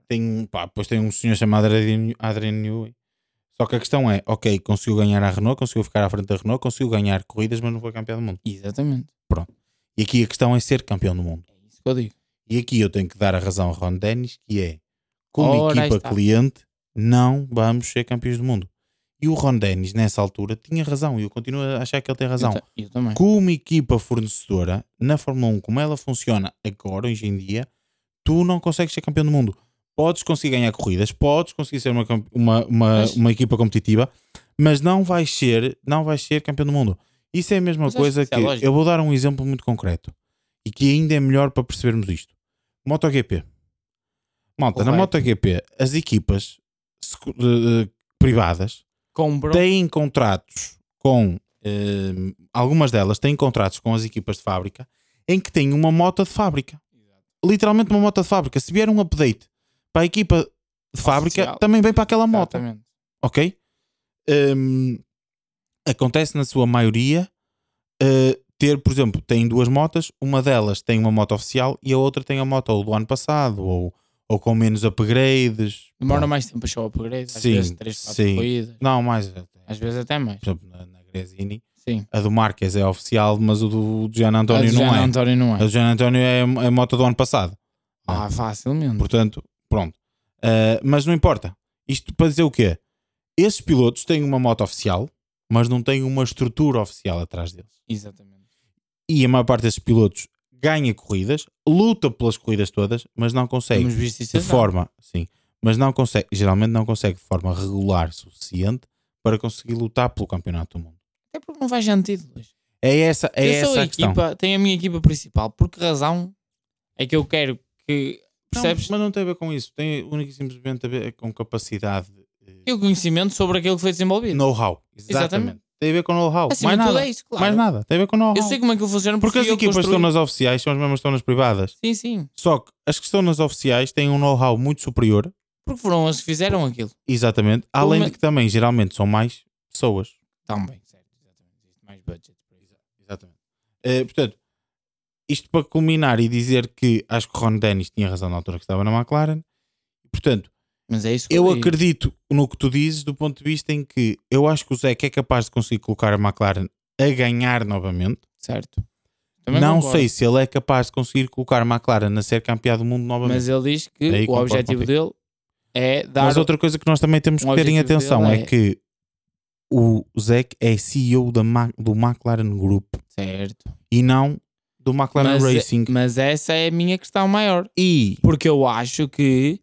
S2: Tem um, pá, depois tem um senhor chamado Adrian Adrian Newey. Só que a questão é, ok, conseguiu ganhar a Renault, conseguiu ficar à frente da Renault, conseguiu ganhar corridas, mas não foi campeão do mundo.
S1: Exatamente.
S2: E aqui a questão é ser campeão do mundo.
S1: É isso que eu digo.
S2: E aqui eu tenho que dar a razão ao Ron Dennis, que é, como
S1: Ora, aí
S2: equipa
S1: está.
S2: cliente, não vamos ser campeões do mundo. E o Ron Dennis, nessa altura, tinha razão, e eu continuo a achar que ele tem razão.
S1: Eu, ta- eu também.
S2: Como equipa fornecedora, na Fórmula 1, como ela funciona agora, hoje em dia, tu não consegues ser campeão do mundo. Podes conseguir ganhar corridas, podes conseguir ser uma, camp- uma, uma,
S1: Mas-
S2: uma equipa competitiva, mas não vais ser, não vais ser campeão do mundo. Isso é a mesma
S1: Mas acho
S2: coisa
S1: que
S2: que.
S1: isso é lógico.
S2: eu vou dar um exemplo muito concreto e que ainda é melhor para percebermos isto. MotoGP. Malta, na
S1: Correto.
S2: MotoGP, as equipas secu- eh, eh, privadas
S1: Comprou.
S2: têm contratos com. eh, algumas delas têm contratos com as equipas de fábrica em que têm uma moto de fábrica. Literalmente uma moto de fábrica. Se vier um update para a equipa de fábrica,
S1: Oficial.
S2: também vem para aquela moto.
S1: Exatamente.
S2: ok? Hum, acontece na sua maioria eh, ter, por exemplo, tem duas motas, uma delas tem uma moto oficial e a outra tem a moto ou do ano passado ou, ou com menos upgrades.
S1: Demora
S2: Pronto.
S1: mais tempo a show upgrade, às
S2: Sim,
S1: vezes 3, 4
S2: sim.
S1: corridas,
S2: Não, mais. Por
S1: às vezes até mais.
S2: exemplo, na, na Gresini,
S1: Sim.
S2: a do Marques é oficial, mas o do, do Gian
S1: A
S2: António
S1: do
S2: não
S1: Gian
S2: é.
S1: António não
S2: A
S1: é.
S2: do Gian António é a a moto do ano passado.
S1: Ah, facilmente.
S2: Portanto, pronto. Uh, mas não importa. Isto para dizer o quê? Esses pilotos têm uma moto oficial, mas não têm uma estrutura oficial atrás deles.
S1: Exatamente.
S2: E a maior parte desses pilotos ganha corridas, luta pelas corridas todas, mas não consegue
S1: Temos visto isso
S2: de
S1: já.
S2: forma, sim, mas não consegue, geralmente não consegue de forma regular suficiente para conseguir lutar pelo campeonato do mundo.
S1: Até porque não faz sentido. Luís.
S2: É essa, é
S1: eu sou
S2: essa
S1: a
S2: a questão.
S1: equipa, tenho a minha equipa principal. Por que razão é que eu quero que.
S2: Não,
S1: Percebes?
S2: mas não tem a ver com isso. Tem única e simplesmente a ver é com capacidade, eh,
S1: E o conhecimento sobre aquilo que foi desenvolvido.
S2: know-how. Exatamente.
S1: Exatamente.
S2: Tem a ver com know-how.
S1: Acima
S2: Mais
S1: de tudo
S2: nada.
S1: é isso, claro.
S2: Mais nada, tem a ver com o know-how.
S1: Eu sei como é que ele funciona
S2: Porque as
S1: eu
S2: equipas que
S1: construí-
S2: estão nas oficiais são as mesmas que estão nas privadas.
S1: Sim, sim.
S2: Só que as que estão nas oficiais têm um know-how muito superior,
S1: Porque foram as que fizeram aquilo.
S2: exatamente. Além
S1: Uma-
S2: de que também, geralmente, são mais pessoas.
S1: Também, certo. Exatamente. Existe Mais budget.
S2: Exatamente. Eh, portanto, isto para culminar e dizer que acho que o Ron Dennis tinha razão na altura que estava na McLaren. Portanto,
S1: Mas é isso que
S2: eu
S1: digo.
S2: acredito no que tu dizes do ponto de vista em que eu acho que o Zeca é capaz de conseguir colocar a McLaren a ganhar novamente.
S1: Certo. Também
S2: não
S1: concordo.
S2: sei se ele é capaz de conseguir colocar a McLaren a ser campeão do mundo novamente.
S1: Mas ele diz que
S2: Aí
S1: o
S2: concordo
S1: objetivo dele é dar.
S2: Mas, outra coisa que nós também temos
S1: um
S2: que ter em
S1: objetivo
S2: atenção é...
S1: dele é-
S2: que o Zeke é CEO da Ma- do McLaren Group
S1: Certo.
S2: e não do McLaren
S1: mas, é-
S2: Racing.
S1: mas essa é a minha questão maior.
S2: E
S1: Porque eu acho que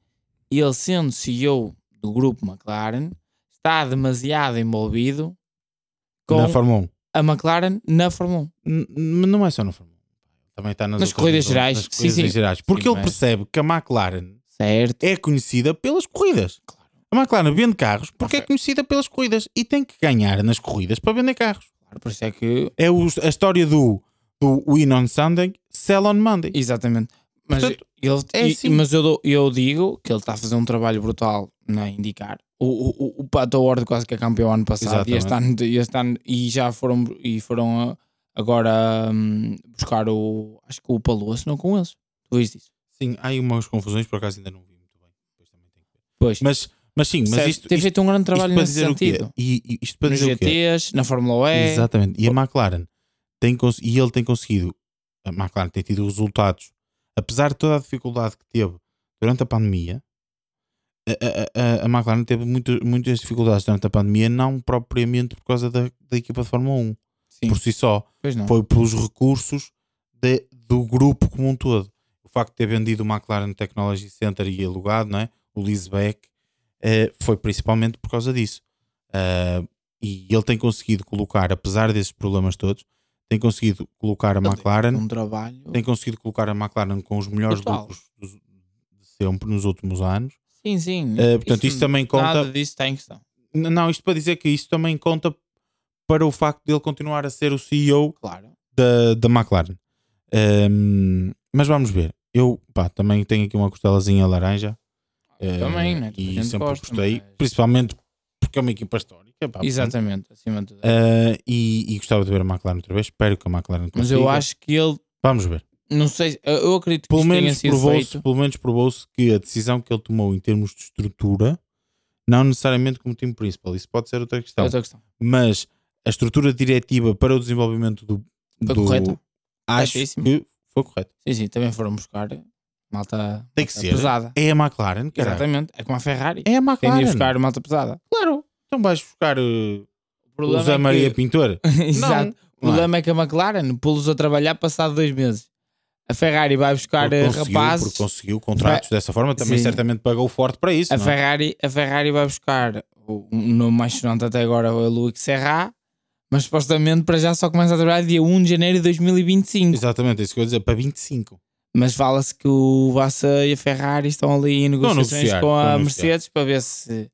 S1: ele, sendo CEO do grupo McLaren, está demasiado envolvido com
S2: na Fórmula 1.
S1: a McLaren na Fórmula 1.
S2: N- n- não é só na Fórmula 1. Também está nas,
S1: Nas
S2: outras-
S1: corridas
S2: nas
S1: gerais.
S2: corridas
S1: Sim, sim.
S2: gerais. Porque
S1: Sim,
S2: ele
S1: mas-
S2: percebe que a McLaren
S1: Certo.
S2: é conhecida pelas corridas.
S1: Claro.
S2: A McLaren vende carros porque é
S1: Ok.
S2: conhecida pelas corridas e tem que ganhar nas corridas para vender carros.
S1: Claro, Por isso é que.
S2: É o- a história do, do Win on Sunday, Sell on Monday.
S1: Exatamente. Mas,
S2: Portanto,
S1: ele,
S2: é
S1: e-
S2: assim.
S1: mas eu, dou- eu digo que ele está a fazer um trabalho brutal na indicar. O, o, o, o Pato Ward quase que é campeão ano passado e este ano, e este ano e já foram e foram ah, agora hum, buscar o acho que o Palou não com eles. Tu viste isso?
S2: Sim, há aí umas confusões, por acaso ainda não vi muito bem. Depois também tenho que ver.
S1: Pois.
S2: Mas, mas sim, mas
S1: Percebes?
S2: isto, isto,
S1: tem feito um grande
S2: isto
S1: trabalho
S2: para
S1: nesse
S2: dizer o
S1: sentido.
S2: quê? E, e isto para
S1: Nos
S2: dizer o quê?
S1: GTs, na Fórmula E.
S2: Exatamente. E a McLaren tem cons- e ele tem conseguido, a McLaren tem tido resultados, apesar de toda a dificuldade que teve durante a pandemia. A, a- a- a McLaren teve muito- muitas dificuldades durante a pandemia, não propriamente por causa da, da equipa de Fórmula 1
S1: Sim,
S2: por si só,
S1: pois não.
S2: foi pelos recursos de- do grupo como um todo. O facto de ter vendido o McLaren Technology Center e alugado, não é? o leaseback, eh, foi principalmente por causa disso. Ah, e ele tem conseguido colocar, apesar desses problemas todos, tem conseguido colocar a
S1: tem
S2: McLaren,
S1: Um trabalho.
S2: né? tem conseguido colocar a McLaren com os melhores
S1: Brutal.
S2: lucros dos- de sempre nos últimos anos.
S1: Sim, sim.
S2: Eh, portanto, isto também conta
S1: Nada disso está em questão.
S2: N- Não, isto para dizer que isso também conta para o facto dele continuar a ser o CEO
S1: Claro.
S2: da, da McLaren. Ehm, mas vamos ver. Eu pá, também tenho aqui uma costelazinha laranja. eh,
S1: também, né? Toda a
S2: E
S1: gente
S2: sempre
S1: gosta,
S2: gostei,
S1: mas-
S2: principalmente porque é uma equipa histórica. pá,
S1: Exatamente, acima de tudo.
S2: portanto. Eh, e, e gostava de ver a McLaren outra vez. Espero que a McLaren
S1: Mas
S2: consiga.
S1: eu acho que ele
S2: Vamos ver.
S1: Não sei, eu eu acredito que
S2: Pelo
S1: isto tenha
S2: menos,
S1: sido
S2: provou-se,
S1: feito.
S2: pelo menos provou-se que a decisão que ele tomou em termos de estrutura, não necessariamente como time principal, isso pode ser outra
S1: É
S2: questão.
S1: outra questão.
S2: mas a estrutura diretiva para o desenvolvimento do,
S1: Foi
S2: do-
S1: correta?
S2: acho
S1: Corretíssimo.
S2: que foi correto.
S1: Sim, sim, também foram buscar malta,
S2: Tem que
S1: malta
S2: ser.
S1: pesada.
S2: É a McLaren, caralho.
S1: Exatamente, é como a Ferrari.
S2: É a
S1: Tem de ir
S2: McLaren.
S1: buscar malta pesada.
S2: Claro. Então vais buscar uh,
S1: O
S2: o
S1: problema
S2: Zé
S1: é
S2: Maria
S1: que...
S2: Pintor.
S1: Exato. O
S2: Não é?
S1: problema é que a McLaren pô-los a trabalhar passado dois meses. A Ferrari vai buscar
S2: Porque
S1: eh,
S2: conseguiu,
S1: rapazes.
S2: porque conseguiu contratos dessa forma, também
S1: Sim.
S2: certamente pagou forte para isso.
S1: A
S2: não é?
S1: Ferrari, a Ferrari vai buscar o o nome mais chorante até agora é o Luiz Serra, mas supostamente para já só começa a trabalhar dia 1 de um janeiro de 2025.
S2: Exatamente, é isso que eu ia dizer, para 25.
S1: Mas fala-se que o Vassa e a Ferrari estão ali em negociações
S2: negociar,
S1: com
S2: estão a
S1: a
S2: negociar.
S1: Mercedes para ver se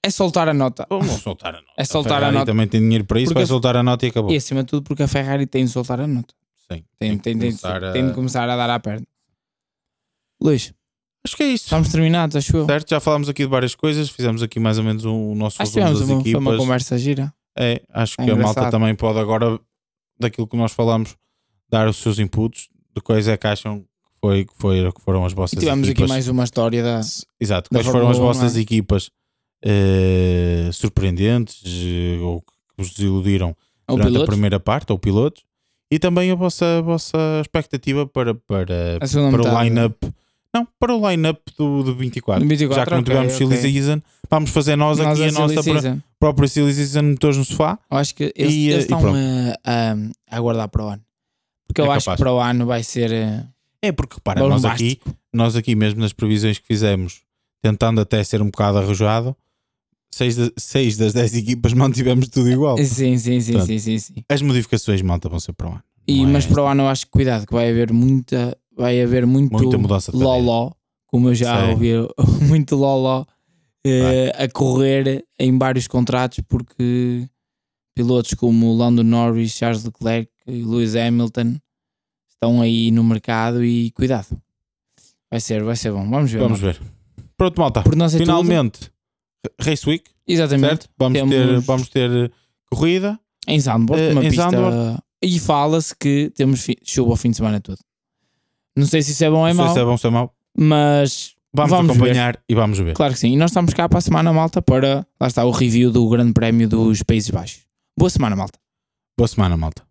S1: é soltar a nota.
S2: Vão soltar a nota.
S1: É soltar a
S2: Ferrari
S1: nota.
S2: também tem dinheiro para isso,
S1: Porque
S2: vai
S1: a-
S2: soltar a nota e acabou.
S1: E acima de tudo porque a Ferrari tem de soltar a nota.
S2: Sim,
S1: Tem,
S2: que
S1: tem, tem, de-
S2: começar a-
S1: tem de começar a dar à perna. Luís,
S2: Acho que é isto.
S1: estamos terminados, acho eu.
S2: Certo? Já falámos aqui de várias coisas, fizemos aqui mais ou menos um, o nosso
S1: Acho que
S2: resumo
S1: tivemos
S2: das
S1: uma, foi uma
S2: equipas.
S1: conversa gira.
S2: É, acho
S1: É
S2: que a malta
S1: engraçado.
S2: também pode agora, daquilo que nós falámos, dar os seus inputs, de quais é que acham que, foi, que, foi, que foram as
S1: E
S2: vossas
S1: tivemos aqui
S2: equipas.
S1: mais uma história da.
S2: S- Exato,
S1: da
S2: quais foram as
S1: Fórmula um,
S2: vossas
S1: não é?
S2: equipas eh, surpreendentes eh, ou que vos desiludiram
S1: O
S2: durante a
S1: piloto,
S2: primeira parte, ou pilotos, e também a vossa, a vossa expectativa para, para,
S1: a segunda
S2: para o
S1: metade.
S2: line-up. Não, para o line-up do, do 24.
S1: Do 24,
S2: Já que não
S1: ok,
S2: tivemos Silly
S1: ok.
S2: Season, vamos fazer nós,
S1: Nós
S2: aqui a,
S1: a silly
S2: nossa pr-
S1: season.
S2: própria Silly Season motores no sofá.
S1: Eu acho que eles,
S2: E, eh,
S1: eles
S2: e
S1: estão
S2: pronto.
S1: eh, a, a aguardar para o ano. Porque
S2: É
S1: eu acho
S2: capaz.
S1: que para o ano vai ser. eh,
S2: É porque repara, nós aqui,
S1: bombástico.
S2: nós aqui mesmo nas previsões que fizemos, tentando até ser um bocado arrojado, 6 das 10 equipas mantivemos tudo igual.
S1: Sim, sim, sim,
S2: Portanto,
S1: sim, sim, sim.
S2: As modificações, malta, vão ser para o ano.
S1: E,
S2: Não
S1: mas
S2: é
S1: para o ano eu acho que cuidado, que vai haver muita. Vai haver muito
S2: muita mudança de tarefa.
S1: loló, como eu já
S2: Sei.
S1: ouvi, muito loló eh, a correr em vários contratos, porque pilotos como Lando Norris, Charles Leclerc e Lewis Hamilton estão aí no mercado e cuidado. Vai ser, vai ser bom. Vamos ver.
S2: Vamos
S1: mano.
S2: ver. Pronto, malta.
S1: Por nós é tudo.
S2: Finalmente, Race Week,
S1: Exatamente.
S2: certo? Vamos,
S1: Temos-
S2: ter, vamos ter eh, corrida.
S1: Em Zandvoort,
S2: Eh,
S1: uma
S2: em
S1: pista.
S2: Zandvoort.
S1: E fala-se que temos fi- chuva o fim de semana todo. Não sei se isso é bom ou é
S2: Não sei
S1: mau,
S2: se é bom ou se é mau.
S1: mas
S2: Vamos,
S1: Vamos
S2: acompanhar e vamos ver.
S1: claro que sim. E nós estamos cá para a semana, malta, para lá está o review do Grande Prémio dos Países Baixos. Boa semana, malta.
S2: Boa semana, malta.